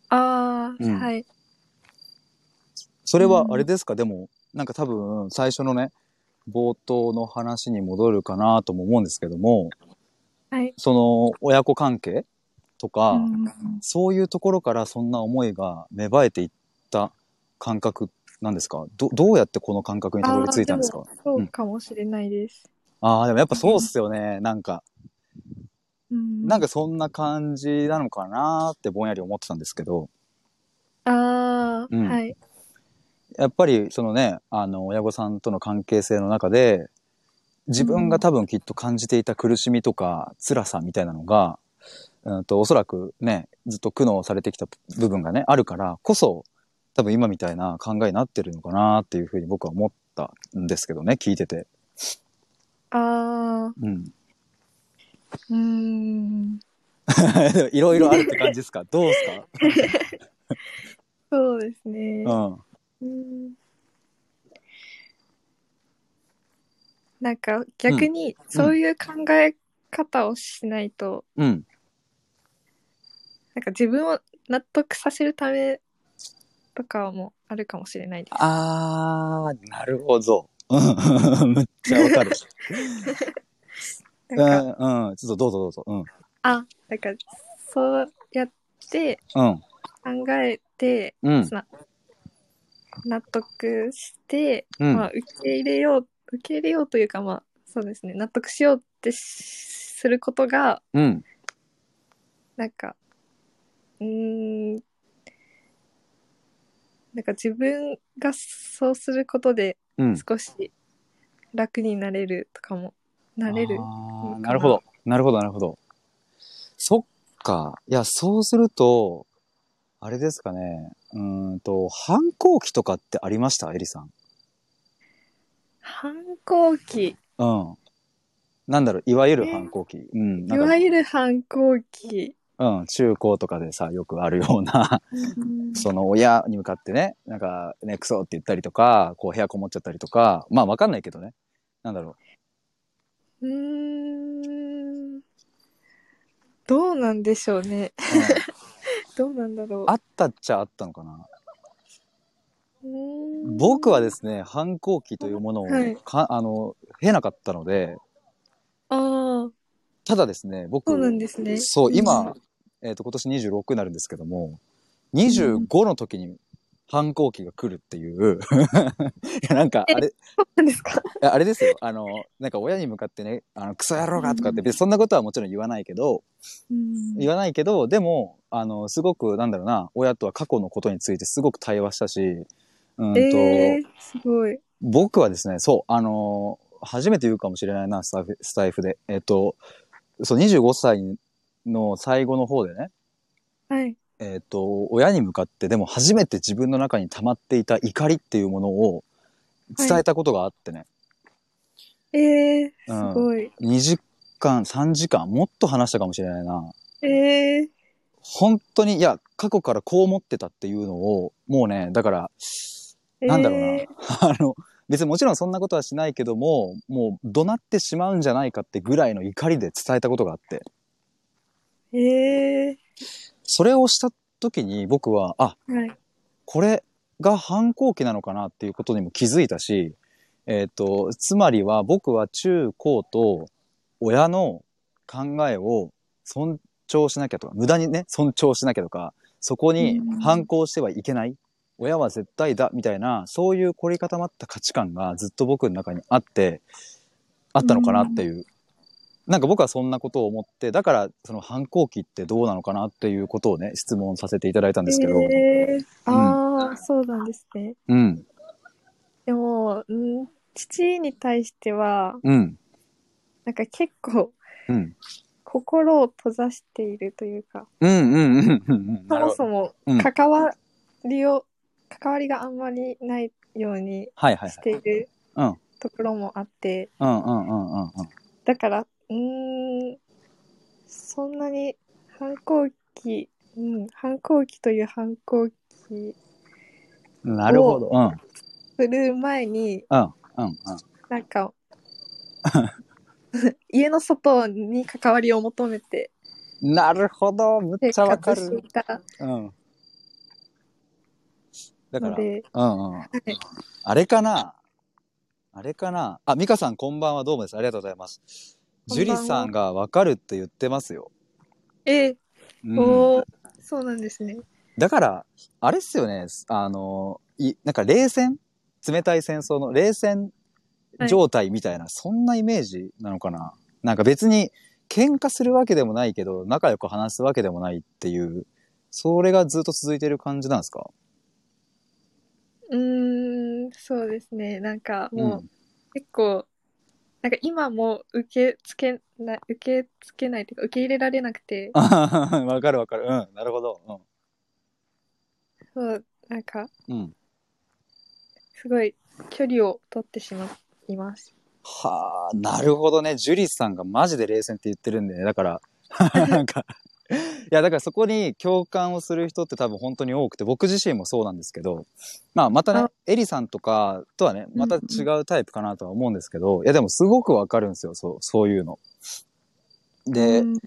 [SPEAKER 2] ああ、
[SPEAKER 1] うん
[SPEAKER 2] はい
[SPEAKER 1] それはあれですか、でもなんか多分最初のね冒頭の話に戻るかなとも思うんですけども
[SPEAKER 2] はい
[SPEAKER 1] その親子関係とか、
[SPEAKER 2] うん
[SPEAKER 1] そういうところからそんな思いが芽生えていった感覚なんですかどどうやってこの感覚にたどり着いたんですか
[SPEAKER 2] あーもそうかもしれないです、
[SPEAKER 1] ああー、でもやっぱそうっすよね。なんか、
[SPEAKER 2] うん
[SPEAKER 1] なんかそんな感じなのかなーってぼんやり思ってたんですけど、
[SPEAKER 2] ああ、
[SPEAKER 1] うん
[SPEAKER 2] はい
[SPEAKER 1] やっぱりそのね、あの、親御さんとの関係性の中で、自分が多分きっと感じていた苦しみとか辛さみたいなのが、うんと、おそらくね、ずっと苦悩されてきた部分がね、あるからこそ、多分今みたいな考えになってるのかなっていうふうに僕は思ったんですけどね、聞いてて。
[SPEAKER 2] ああ
[SPEAKER 1] うん。
[SPEAKER 2] うーん
[SPEAKER 1] いろいろあるって感じです かどうですか
[SPEAKER 2] そうですね
[SPEAKER 1] うん。
[SPEAKER 2] うんなんか逆にそういう考え方をしないと、
[SPEAKER 1] うん。
[SPEAKER 2] なんか自分を納得させるためとかもあるかもしれないです。
[SPEAKER 1] あー、なるほ ど。うん。むっちゃわ かる。
[SPEAKER 2] なんか、
[SPEAKER 1] うん、うん。ちょっとどうぞどうぞ。うん。
[SPEAKER 2] あ、なんかそうやって
[SPEAKER 1] うん。
[SPEAKER 2] 考えて、
[SPEAKER 1] うん
[SPEAKER 2] そ。の納得して、
[SPEAKER 1] うん
[SPEAKER 2] まあ、受け入れよう、受け入れようというか、まあ、そうですね、納得しようってしすることが、
[SPEAKER 1] うん。
[SPEAKER 2] なんか、うーん、なんか自分がそうすることで
[SPEAKER 1] うん。
[SPEAKER 2] 少し楽になれるとかも、なれる。
[SPEAKER 1] あーなるほど。なるほど、なるほど。そっか。いや、そうすると、あれですかね。うーんと、反抗期とかってありましたエリさん。
[SPEAKER 2] 反抗期、
[SPEAKER 1] うん。なんだろう、いわゆる反抗期。うん。
[SPEAKER 2] い
[SPEAKER 1] なんか
[SPEAKER 2] わゆる反抗期。
[SPEAKER 1] うん、中高とかでさ、よくあるような。その親に向かってね、なんかね、クソって言ったりとか、こう部屋こもっちゃったりとか、まあわかんないけどね。なんだろ
[SPEAKER 2] うーん、どうなんでしょうね。
[SPEAKER 1] う。
[SPEAKER 2] どうなんだろう
[SPEAKER 1] うんあ。ったっちゃあったのかな。
[SPEAKER 2] うーん
[SPEAKER 1] 僕はですね、反抗期というものをか、
[SPEAKER 2] はい
[SPEAKER 1] あの、経なかったので、
[SPEAKER 2] ああ、
[SPEAKER 1] ただですね、僕、
[SPEAKER 2] そうなんですね。
[SPEAKER 1] そう
[SPEAKER 2] うん
[SPEAKER 1] 今、、えっ、と、今年26になるんですけども、25の時に反抗期が来るっていう、 いやなんか、あれ、
[SPEAKER 2] そうなんですか。
[SPEAKER 1] いやあれですよ。あの、なんか親に向かってね、あの、クソ野郎がとかって、別にそんなことはもちろん言わないけど、
[SPEAKER 2] うん
[SPEAKER 1] 言わないけど、でも、あの、すごく、なんだろうな、親とは過去のことについてすごく対話したし、うんと、
[SPEAKER 2] えー、すごい。
[SPEAKER 1] 僕はですね、そう、あの、初めて言うかもしれないな、スタイフスタイフで。えっと、そう、25歳の最後の方でね、
[SPEAKER 2] はい。
[SPEAKER 1] えっと、親に向かって、でも初めて自分の中に溜まっていた怒りっていうものを伝えたことがあってね、
[SPEAKER 2] えー、
[SPEAKER 1] う
[SPEAKER 2] す
[SPEAKER 1] ん
[SPEAKER 2] ごい。
[SPEAKER 1] 2時間、3時間、もっと話したかもしれないな。
[SPEAKER 2] えー、
[SPEAKER 1] 本当に、いや、過去からこう思ってたっていうのを、もうね、だから、
[SPEAKER 2] えー、
[SPEAKER 1] なんだろうな、 あの、別にもちろんそんなことはしないけども、もう怒鳴ってしまうんじゃないかってぐらいの怒りで伝えたことがあって、
[SPEAKER 2] え
[SPEAKER 1] それをした時に僕は、あ、
[SPEAKER 2] ー、はい。
[SPEAKER 1] これが反抗期なのかなっていうことにも気づいたし、えっ、と、つまりは僕は中高と親の考えを尊重しなきゃとか、無駄にね、尊重しなきゃとか、そこに
[SPEAKER 2] うん
[SPEAKER 1] 反抗してはいけない。親は絶対だ、みたいな、そういう凝り固まった価値観がずっと僕の中にあって、あったのかなっていう。なんか僕はそんなことを思って、だからその反抗期ってどうなのかなっていうことをね、質問させていただいたんですけど。
[SPEAKER 2] えー、ああ、そうなんですね。
[SPEAKER 1] うん、
[SPEAKER 2] でも、うん、父に対しては、
[SPEAKER 1] うん、
[SPEAKER 2] なんか結構、
[SPEAKER 1] うん。
[SPEAKER 2] 心を閉ざしているというか、
[SPEAKER 1] うんうんうんうん。
[SPEAKER 2] そ
[SPEAKER 1] なるほ
[SPEAKER 2] も
[SPEAKER 1] ど
[SPEAKER 2] そも
[SPEAKER 1] うん
[SPEAKER 2] 関わりを、関わりがあんまりないように
[SPEAKER 1] はいはいはい
[SPEAKER 2] し。ている
[SPEAKER 1] うん
[SPEAKER 2] ところもあって、
[SPEAKER 1] うんうんうんうんうん。
[SPEAKER 2] だから、うーん、そんなに反抗期、うん、反抗期という反抗期
[SPEAKER 1] なるほど。うんうん
[SPEAKER 2] する前に、
[SPEAKER 1] うんうん。
[SPEAKER 2] なん か、家の外に関わりを求めて
[SPEAKER 1] なるほど。むっ
[SPEAKER 2] 生
[SPEAKER 1] ちゃわか
[SPEAKER 2] 活して
[SPEAKER 1] る
[SPEAKER 2] い。た
[SPEAKER 1] うん。だか
[SPEAKER 2] の
[SPEAKER 1] ら、
[SPEAKER 2] で、
[SPEAKER 1] うんうん。あれかなあれかなあ、ミカさんこんばんはどうもです。ありがとうございます。
[SPEAKER 2] こん
[SPEAKER 1] ジュ
[SPEAKER 2] ばんは
[SPEAKER 1] リさんがわかるって言ってますよ。
[SPEAKER 2] ええ
[SPEAKER 1] うん、
[SPEAKER 2] おーそうなんですね。
[SPEAKER 1] だから、あれっすよね。あの、いなんか冷戦冷たい戦争の冷戦
[SPEAKER 2] はい
[SPEAKER 1] 状態みたいな、そんなイメージなのかななんか別に喧嘩するわけでもないけど仲良く話すわけでもないっていうそれがずっと続いてる感じなんですか
[SPEAKER 2] うーん、そうですね。なんかもう、
[SPEAKER 1] ん、
[SPEAKER 2] 結構、なんか今も受け付けな、受け付けないというか、受け入れられなくて、
[SPEAKER 1] あははわかるわかるうんなるほど
[SPEAKER 2] そう、なんか、
[SPEAKER 1] うん、うん、
[SPEAKER 2] すごい距離を取ってしまいます。
[SPEAKER 1] はあなるほどねジュリスさんがマジで冷戦って言ってるんで、ね、だから なんかいやだからそこに共感をする人って多分本当に多くて僕自身もそうなんですけど、まあ、またね
[SPEAKER 2] あ
[SPEAKER 1] エリさんとかとはねまた違うタイプかなとは思うんですけど、いやでもすごくわかるんですよそうそういうの。で、
[SPEAKER 2] うん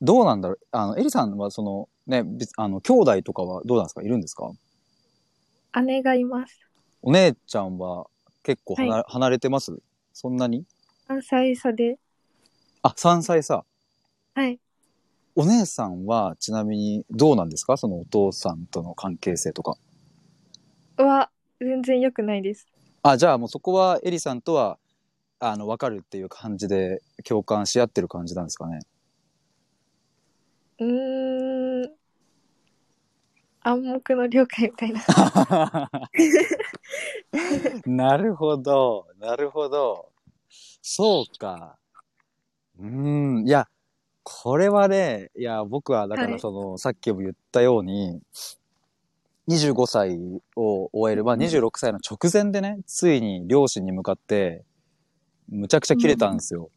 [SPEAKER 1] どうなんだろうあのエリさんはそのね別あの兄弟とかはどうなんですかいるんですか
[SPEAKER 2] 姉がいます。
[SPEAKER 1] お姉ちゃんは結構離,、
[SPEAKER 2] は
[SPEAKER 1] 離れてますそんなに
[SPEAKER 2] 3歳差で。
[SPEAKER 1] あ3歳さ
[SPEAKER 2] はい。
[SPEAKER 1] お姉さんはちなみにどうなんですかそのお父さんとの関係性とか。
[SPEAKER 2] は、全然良くないです。
[SPEAKER 1] あ、じゃあもうそこはエリさんとは、あの、わかるっていう感じで共感し合ってる感じなんですかね。
[SPEAKER 2] うーん。暗黙の了解みたいな。
[SPEAKER 1] なるほど。なるほど。そうか。うーん。いや、これはね、いや、僕はだか
[SPEAKER 2] は
[SPEAKER 1] ら
[SPEAKER 2] い
[SPEAKER 1] その、さっきも言ったように、25歳を終える、まあ26歳の直前でね、ついに両親に向かって、むちゃくちゃ切れたんですよ。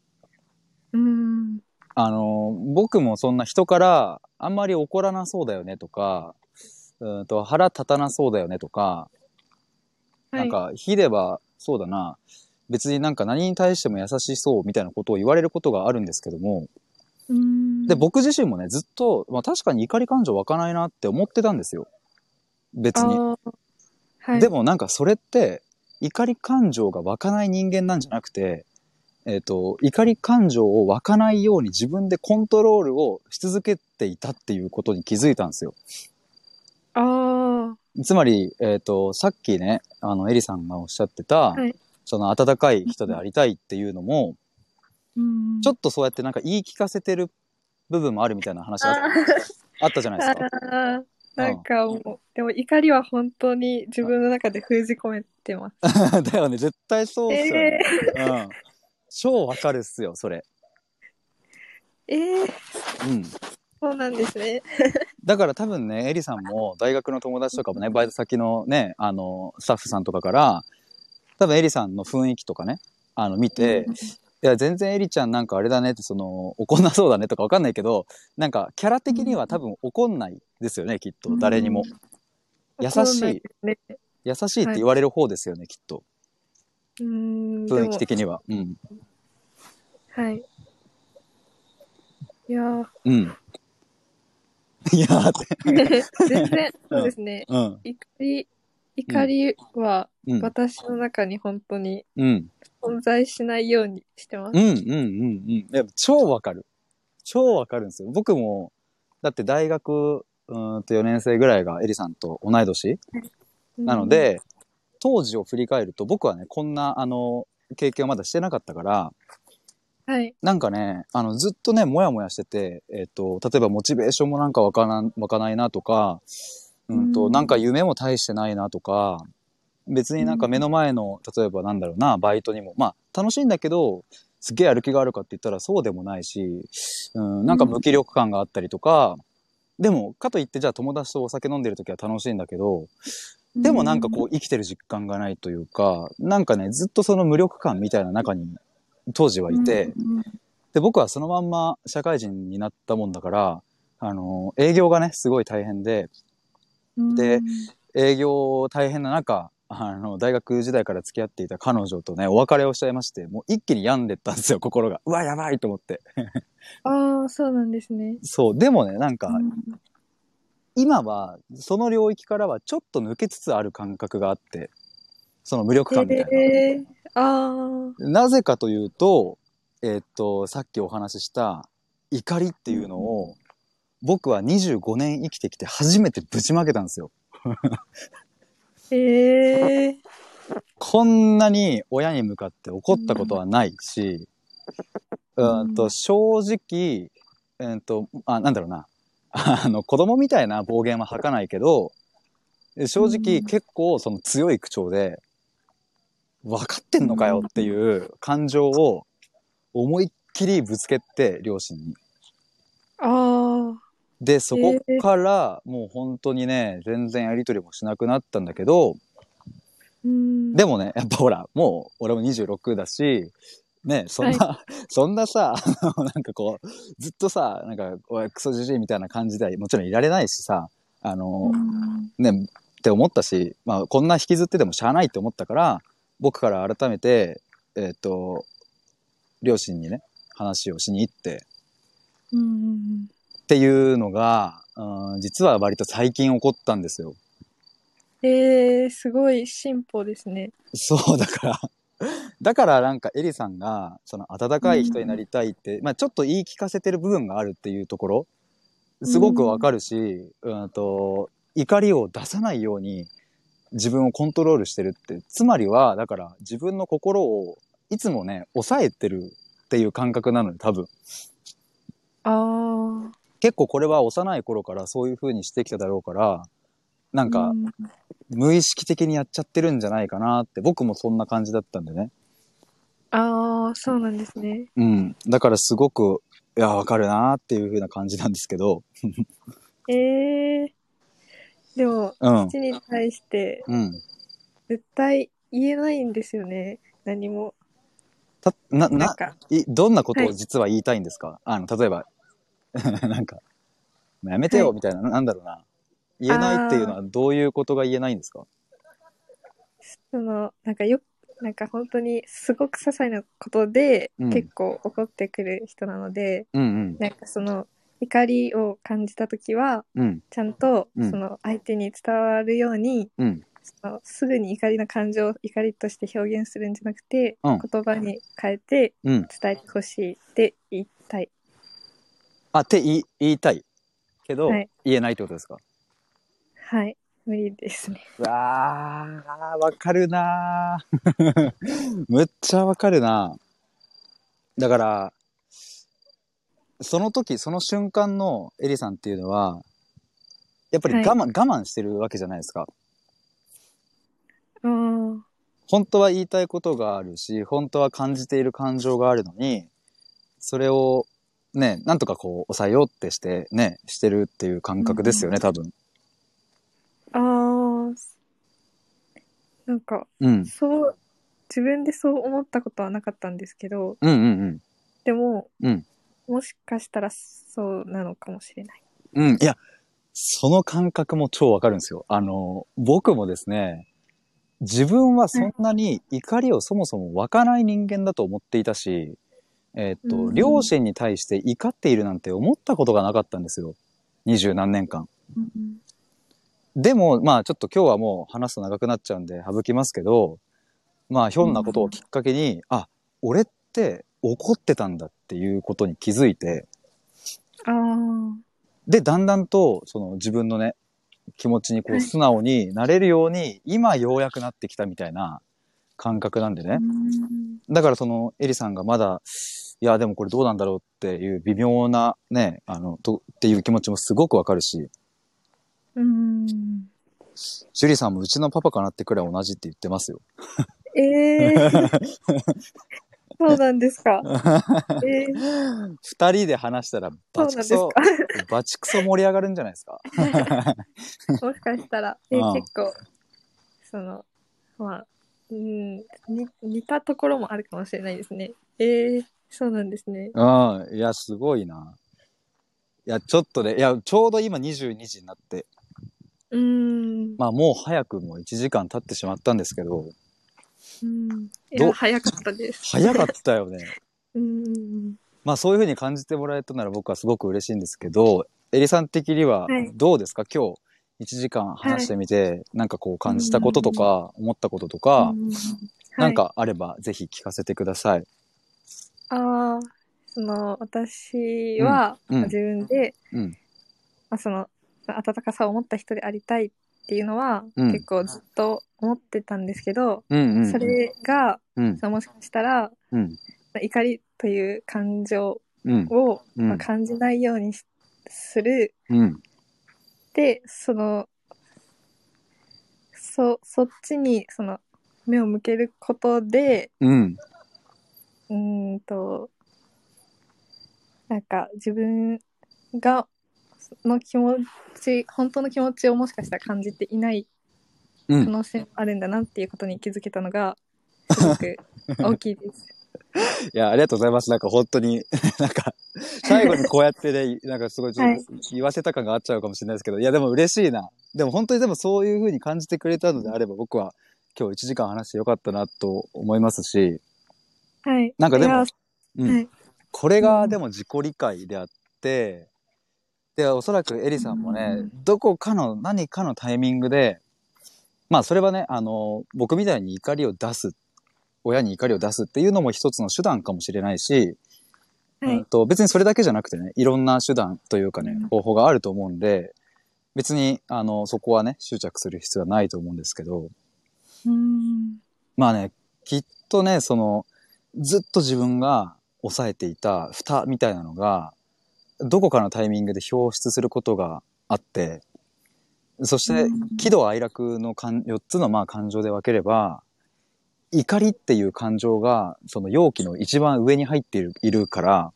[SPEAKER 2] うーん。
[SPEAKER 1] あの、僕もそんな人から、あんまり怒らなそうだよねとか、うーんと腹立たなそうだよねとか、
[SPEAKER 2] は
[SPEAKER 1] なん
[SPEAKER 2] い。
[SPEAKER 1] か、ヒデは、そうだな、別になんか何に対しても優しそうみたいなことを言われることがあるんですけども、
[SPEAKER 2] うーん
[SPEAKER 1] で、僕自身もね、ずっと、まあ確かに怒り感情湧かないなって思ってたんですよ。別に。
[SPEAKER 2] あーはい。
[SPEAKER 1] でもなんかそれって、怒り感情が湧かない人間なんじゃなくて、えっ、と、怒り感情を湧かないように自分でコントロールをし続けていたっていうことに気づいたんですよ。
[SPEAKER 2] ああ、
[SPEAKER 1] つまり、えっ、と、さっきね、あの、エリさんがおっしゃってた、
[SPEAKER 2] はい
[SPEAKER 1] その温かい人でありたいっていうのも、
[SPEAKER 2] うん。
[SPEAKER 1] ちょっとそうやってなんか言い聞かせてる部分もあるみたいな話あ
[SPEAKER 2] あ
[SPEAKER 1] あったじゃないですか。
[SPEAKER 2] あー、なんかもう、でも怒りは本当に自分の中で封じ込めてます。
[SPEAKER 1] だよね、絶対そうっすよね。うん。超わかるっすよ、それ。
[SPEAKER 2] えー、
[SPEAKER 1] うん。
[SPEAKER 2] そうなんですね。
[SPEAKER 1] だから多分ね、エリさんも大学の友達とかもね、バイト先のね、あの、スタッフさんとかから、多分エリさんの雰囲気とかね、あの、見て、いや、全然エリちゃんなんかあれだねって、その、怒んなそうだねとかわかんないけど、なんかキャラ的には多分怒んないですよね、きっと、誰にも。優
[SPEAKER 2] わか
[SPEAKER 1] し
[SPEAKER 2] んない
[SPEAKER 1] い
[SPEAKER 2] で、すね。
[SPEAKER 1] 優しいって言われる方ですよね、きっと。
[SPEAKER 2] うーん、で
[SPEAKER 1] 雰囲
[SPEAKER 2] も
[SPEAKER 1] 気、的には。うん。
[SPEAKER 2] はい。いやー
[SPEAKER 1] うん。いやーって。
[SPEAKER 2] 全然、そうですね。
[SPEAKER 1] うん。
[SPEAKER 2] 怒り、怒りは
[SPEAKER 1] うん。
[SPEAKER 2] 私の中に本当に
[SPEAKER 1] うん。
[SPEAKER 2] 存在しないようにしてます。
[SPEAKER 1] うんうんうんうん。いや、超わかる。超わかるんですよ。僕も、だって大学、うーんと4年生ぐらいがエリさんと同い年なので、当時を振り返ると僕はね、こんな、あの、経験をまだしてなかったから、
[SPEAKER 2] うん、はい。
[SPEAKER 1] なんかね、あの、ずっとね、もやもやしてて、えっ、と、例えばモチベーションもなんかわからん、わかないなとか、うんと、
[SPEAKER 2] うん
[SPEAKER 1] なんか夢も大してないなとか、別になんか目の前の、例えばなんだろうな、バイトにも、まあ、楽しいんだけど、すげえやる気があるかって言ったらそうでもないし、うん、なんか無気力感があったりとか、でも、かといってじゃあ友達とお酒飲んでる時は楽しいんだけど、でもなんかこう生きてる実感がないというか、なんかね、ずっとその無力感みたいな中に当時はいて、
[SPEAKER 2] うん、
[SPEAKER 1] で、僕はそのまんま社会人になったもんだから、あの、営業がね、すごい大変で、
[SPEAKER 2] うん
[SPEAKER 1] で、営業大変な中、あの、大学時代から付き合っていた彼女とね、お別れをしちゃいまして、もう一気に病んでったんですよ、心が。うわ、やばいと思って。
[SPEAKER 2] ああ、そうなんですね。
[SPEAKER 1] そう、でもね、なんか
[SPEAKER 2] う、ん
[SPEAKER 1] 今は、その領域からはちょっと抜けつつある感覚があって、その無力感みたいな。
[SPEAKER 2] えー、あ
[SPEAKER 1] なぜかというと、えーっと、さっきお話しした怒りっていうのを、僕は25年生きてきて初めてぶちまけたんですよ。
[SPEAKER 2] あ、ええ
[SPEAKER 1] こんなに親に向かって怒ったことはないし、う
[SPEAKER 2] うん
[SPEAKER 1] ーんと、正直、えーっと、あ、なんだろうな。 あの、子供みたいな暴言は吐かないけど、正直
[SPEAKER 2] うん
[SPEAKER 1] 結構その強い口調で、分かってんのかよっていう感情を思いっきりぶつけて、両親に。
[SPEAKER 2] ああ、
[SPEAKER 1] で、そこから、もう本当にね、全然やりとりもしなくなったんだけど、
[SPEAKER 2] うん。
[SPEAKER 1] でもね、やっぱほら、もう、俺も26だし、ね、そんな、 そんなさ、あのなんかこう、ずっとさ、なんか、おい、クソじじいみたいな感じではもちろんいられないしさ、あの、
[SPEAKER 2] うん
[SPEAKER 1] ね、って思ったし、まあ、こんな引きずっててもしゃあないって思ったから、僕から改めて、えっ、と、両親にね、話をしに行って、
[SPEAKER 2] うん
[SPEAKER 1] っていうのが、うん、実は割と最近起こったんですよ。
[SPEAKER 2] ええすごい進歩ですね。
[SPEAKER 1] そう、だから、だからなんかエリさんが、その温かい人になりたいって、まあちょっと言い聞かせてる部分があるっていうところ、すごくわかるし、うん、と、怒りを出さないように自分をコントロールしてるって、つまりは、だから自分の心をいつもね、抑えてるっていう感覚なのよ、多分。
[SPEAKER 2] ああ、
[SPEAKER 1] 結構これは幼い頃からそういう風にしてきただろうから、なんか
[SPEAKER 2] う、ん
[SPEAKER 1] 無意識的にやっちゃってるんじゃないかなって、僕もそんな感じだったんでね。
[SPEAKER 2] ああ、そうなんですね。
[SPEAKER 1] うん。だからすごく、いや、わかるなっていう風な感じなんですけど、
[SPEAKER 2] ええでも、
[SPEAKER 1] うん。
[SPEAKER 2] 父に対して
[SPEAKER 1] うん。
[SPEAKER 2] 絶対言えないんですよね。何も。
[SPEAKER 1] た、な、
[SPEAKER 2] なん
[SPEAKER 1] な、
[SPEAKER 2] か、
[SPEAKER 1] いどんなこと
[SPEAKER 2] は
[SPEAKER 1] を
[SPEAKER 2] い
[SPEAKER 1] 実は言いたいんですか、あの、例えば、 なんか、やめてよ、
[SPEAKER 2] はい
[SPEAKER 1] みたいな、ななんだろうな。言えないっていうのはどういうことが言えないんですか
[SPEAKER 2] その、なんかよ、なんか本当にすごく些細なことで
[SPEAKER 1] うん
[SPEAKER 2] 結構怒ってくる人なので、
[SPEAKER 1] うん
[SPEAKER 2] なんかその怒りを感じた時は
[SPEAKER 1] うん。うん。
[SPEAKER 2] ちゃんと
[SPEAKER 1] うん
[SPEAKER 2] その相手に伝わるように、
[SPEAKER 1] うん。
[SPEAKER 2] そのすぐに怒りの感情を怒りとして表現するんじゃなくて、
[SPEAKER 1] うん
[SPEAKER 2] 言葉に変えて
[SPEAKER 1] うん。
[SPEAKER 2] 伝えてほしいって言いたい
[SPEAKER 1] あ、って言い言いたい。けど、
[SPEAKER 2] はい
[SPEAKER 1] 言えないってことですか
[SPEAKER 2] はい無理ですね
[SPEAKER 1] うわあ、わかるなー むっちゃわかるなだから、その時、その瞬間のエリさんっていうのは、やっぱり
[SPEAKER 2] はい
[SPEAKER 1] 我慢、我慢してるわけじゃないですか。
[SPEAKER 2] あー
[SPEAKER 1] 本当は言いたいことがあるし、本当は感じている感情があるのに、それをね、なんとかこう抑えようってしてね、してるっていう感覚ですよね、多分。
[SPEAKER 2] あーなんか
[SPEAKER 1] うん。
[SPEAKER 2] そう自分でそう思ったことはなかったんですけど
[SPEAKER 1] うんうん
[SPEAKER 2] でも、
[SPEAKER 1] うん
[SPEAKER 2] もしかしたらそうなのかもしれない。
[SPEAKER 1] うん。うん。いや、その感覚も超わかるんですよ。あの、僕もですね、自分はそんなに怒りをそもそも湧かない人間だと思っていたし、えーっと、
[SPEAKER 2] うん
[SPEAKER 1] 両親に対して怒っているなんて思ったことがなかったんですよ。二十何年間。でも、まあちょっと今日はもう話すと長くなっちゃうんで省きますけど、まあひょんなことをきっかけに、あ、俺って怒ってたんだっていうことに気づいて、
[SPEAKER 2] ああ
[SPEAKER 1] で、だんだんとその自分のね、気持ちにこう
[SPEAKER 2] はい
[SPEAKER 1] 素直になれるように、今ようやくなってきたみたいな感覚なんでね。
[SPEAKER 2] うん
[SPEAKER 1] だからそのエリさんがまだ、いや、でもこれどうなんだろうっていう微妙なね、あの、と、っていう気持ちもすごくわかるし、
[SPEAKER 2] うん
[SPEAKER 1] ジュリーさんもうちのパパかなってくらい同じって言ってます よ。
[SPEAKER 2] ええ そうなんですか。えー、
[SPEAKER 1] 二人で話したらバチク
[SPEAKER 2] そ
[SPEAKER 1] ソ
[SPEAKER 2] うな、
[SPEAKER 1] バチクソ盛り上がるんじゃないですか。
[SPEAKER 2] もしかしたら、え
[SPEAKER 1] うん
[SPEAKER 2] 結構そのまあ、うん、に似たところもあるかもしれないですね。えー、そうなんですね。
[SPEAKER 1] うん。いや、すごいな。いや、ちょっとね、いや、ちょうど今22時になって、
[SPEAKER 2] うーん。
[SPEAKER 1] まあもう早くも1時間経ってしまったんですけど、
[SPEAKER 2] うん、い
[SPEAKER 1] どう
[SPEAKER 2] や早かったです。
[SPEAKER 1] 早かったよね。
[SPEAKER 2] うん。
[SPEAKER 1] まあそういうふうに感じてもらえたなら僕はすごく嬉しいんですけど、エリさん的には
[SPEAKER 2] はい
[SPEAKER 1] どうですか、今日1時間話してみて、なんかこう感じたこととか、思ったこととか、
[SPEAKER 2] うん
[SPEAKER 1] なん、かあればぜひ聞かせてください。
[SPEAKER 2] はい、ああその私は、
[SPEAKER 1] うんうん
[SPEAKER 2] 自分で、
[SPEAKER 1] うん
[SPEAKER 2] まあ、その温かさを持った人でありたいっていうのは、
[SPEAKER 1] うん
[SPEAKER 2] 結構ずっと思ってたんですけど、
[SPEAKER 1] うんうんうん。
[SPEAKER 2] それが
[SPEAKER 1] うん
[SPEAKER 2] そのもしかしたら
[SPEAKER 1] うん
[SPEAKER 2] 怒りという感情
[SPEAKER 1] うん
[SPEAKER 2] を、
[SPEAKER 1] うん
[SPEAKER 2] まあ、感じないようにしする
[SPEAKER 1] うん
[SPEAKER 2] でそのそそっちにその目を向けることで
[SPEAKER 1] うん
[SPEAKER 2] うーんとなんか自分がの気持ち本当の気持ちをもしかしたら感じていない
[SPEAKER 1] うん
[SPEAKER 2] 可能性もあるんだなっていうことに気づけた のがすごく大きいです。
[SPEAKER 1] いや、ありがとうございます。なんか本当に、 なんか、最後にこうやってね、なんかすごいちょっと言わせた感があっちゃうかもしれないですけど、いや、でも嬉しいな。でも本当にでもそういう風に感じてくれたのであれば、僕は今日1時間話してよかったなと思いますし、
[SPEAKER 2] はい、
[SPEAKER 1] なんかでも
[SPEAKER 2] いや
[SPEAKER 1] うん
[SPEAKER 2] はい
[SPEAKER 1] これが
[SPEAKER 2] うん
[SPEAKER 1] でも自己理解であって、で、おそらくエリさんもね、
[SPEAKER 2] うん
[SPEAKER 1] どこかの何かのタイミングで、まあそれはね、あの、僕みたいに怒りを出す、親に怒りを出すっていうのも一つの手段かもしれないし、
[SPEAKER 2] は
[SPEAKER 1] うん
[SPEAKER 2] い、
[SPEAKER 1] と別にそれだけじゃなくてねいろんな手段というかね
[SPEAKER 2] うん
[SPEAKER 1] 方法があると思うんで別にあのそこはね執着する必要はないと思うんですけど
[SPEAKER 2] うーん
[SPEAKER 1] まあねきっとねそのずっと自分が抑えていた蓋みたいなのがどこかのタイミングで表出することがあってそして
[SPEAKER 2] うん
[SPEAKER 1] 喜怒哀楽の感4つのまあ感情で分ければ怒りっていう感情がその容器の一番上に入っているいるから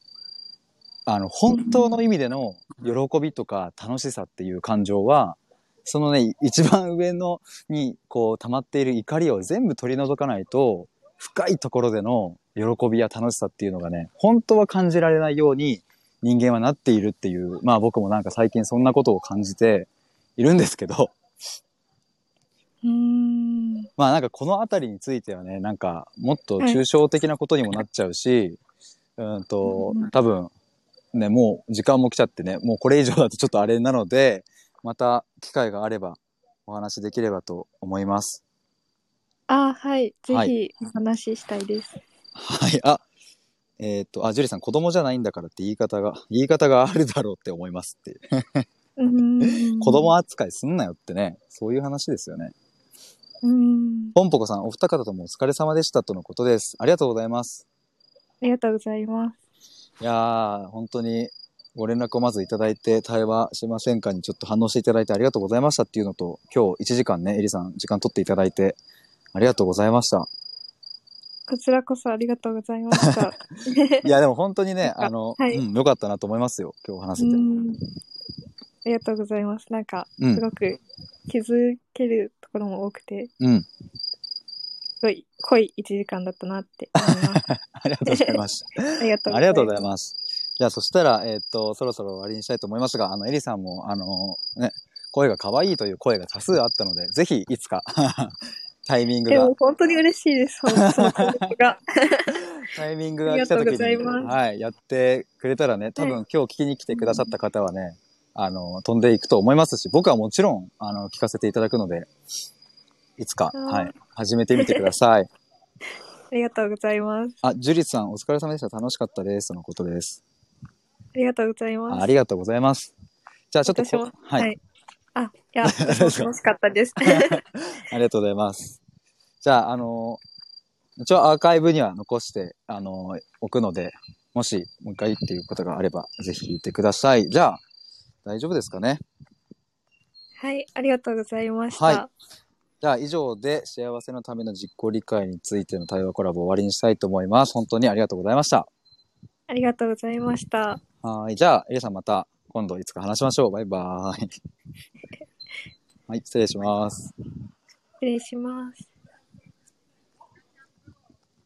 [SPEAKER 1] あの本当の意味での喜びとか楽しさっていう感情はそのね一番上のにこう溜まっている怒りを全部取り除かないと深いところでの喜びや楽しさっていうのがね本当は感じられないように人間はなっているっていうまあ僕もなんか最近そんなことを感じているんですけど。
[SPEAKER 2] うーん
[SPEAKER 1] まあなんかこの辺りについてはね、なんかもっと抽象的なことにもなっちゃうし、うんと
[SPEAKER 2] うん、
[SPEAKER 1] 多分ね、もう時間も来ちゃってね、もうこれ以上だとちょっとあれなので、また機会があればお話できればと思います。
[SPEAKER 2] あはいぜ
[SPEAKER 1] は
[SPEAKER 2] ひお話ししたいです。
[SPEAKER 1] はい、あ、えっ、と、あ、ジュリさん子供じゃないんだからって言い方が、言い方があるだろうって思いますって。
[SPEAKER 2] うーん
[SPEAKER 1] 子供扱いすんなよってね、そういう話ですよね。
[SPEAKER 2] うーん
[SPEAKER 1] ポンポコさん、お二方ともお疲れ様でしたとのことです。ありがとうございます。
[SPEAKER 2] ありがとうございます。
[SPEAKER 1] いやー、本当にご連絡をまずいただいて、対話しませんかにちょっと反応していただいてありがとうございましたっていうのと、今日1時間ね、エリさん、時間取っていただいて、ありがとうございました。
[SPEAKER 2] こちらこそありがとうございま した。
[SPEAKER 1] いや、でも本当にね、あの、
[SPEAKER 2] はい
[SPEAKER 1] うん、よかったなと思いますよ、今日話せ
[SPEAKER 2] う
[SPEAKER 1] て。
[SPEAKER 2] んありがとうございます。なんか、
[SPEAKER 1] うん
[SPEAKER 2] すごく気づけるところも多くて、
[SPEAKER 1] うん、
[SPEAKER 2] すごい濃い1時間だったなって思います。
[SPEAKER 1] ありがとうございました。
[SPEAKER 2] あり がとう
[SPEAKER 1] ありがとうご
[SPEAKER 2] ざ
[SPEAKER 1] ざ
[SPEAKER 2] い
[SPEAKER 1] い
[SPEAKER 2] ま
[SPEAKER 1] ます。じゃあ、そしたら、えーっと、そろそろ終わりにしたいと思いますが、あの、エリさんも、あの、ね、声が可愛いという声が多数あったので、ぜひ、いつか、 タイミン
[SPEAKER 2] す。
[SPEAKER 1] グ
[SPEAKER 2] で
[SPEAKER 1] が
[SPEAKER 2] も、本当に嬉し いです。そのその攻撃が。
[SPEAKER 1] タイミングが来た
[SPEAKER 2] ありがとう
[SPEAKER 1] 時
[SPEAKER 2] ござい
[SPEAKER 1] に、
[SPEAKER 2] ます
[SPEAKER 1] はい、やってくれたらね、多分今日聞きに来てくださった方はね、あの、飛んでいくと思いますし、僕はもちろん、あの、聞かせていただくので、いつか、
[SPEAKER 2] あー
[SPEAKER 1] はい、始めてみてください。
[SPEAKER 2] ありがとうございます。
[SPEAKER 1] あ、ジュリスさん、お疲れ様でした。楽しかったです。とのことです。
[SPEAKER 2] ありがとうございます。
[SPEAKER 1] あありがとうございます。じゃあ、ちょっと
[SPEAKER 2] 私
[SPEAKER 1] こ
[SPEAKER 2] も、、
[SPEAKER 1] はい、
[SPEAKER 2] はいあ、い や、私も楽しかったです。
[SPEAKER 1] ありがとうございます。じゃあ、あの、一応アーカイブには残して、あの、置くので、もし、もう一回っていうことがあれば、ぜひ聞いてください。じゃあ、大丈夫ですかね。
[SPEAKER 2] はい、ありがとうございました。
[SPEAKER 1] はじゃあ、以上で、幸せのための実行理解についての対話コラボを終わりにしたいと思います。本当にありがとうございました。
[SPEAKER 2] ありがとうございました。
[SPEAKER 1] はい。じゃあ、エリさんまた、今度いつか話しましょう。バイバーイ。はい、失礼します。
[SPEAKER 2] 失礼します。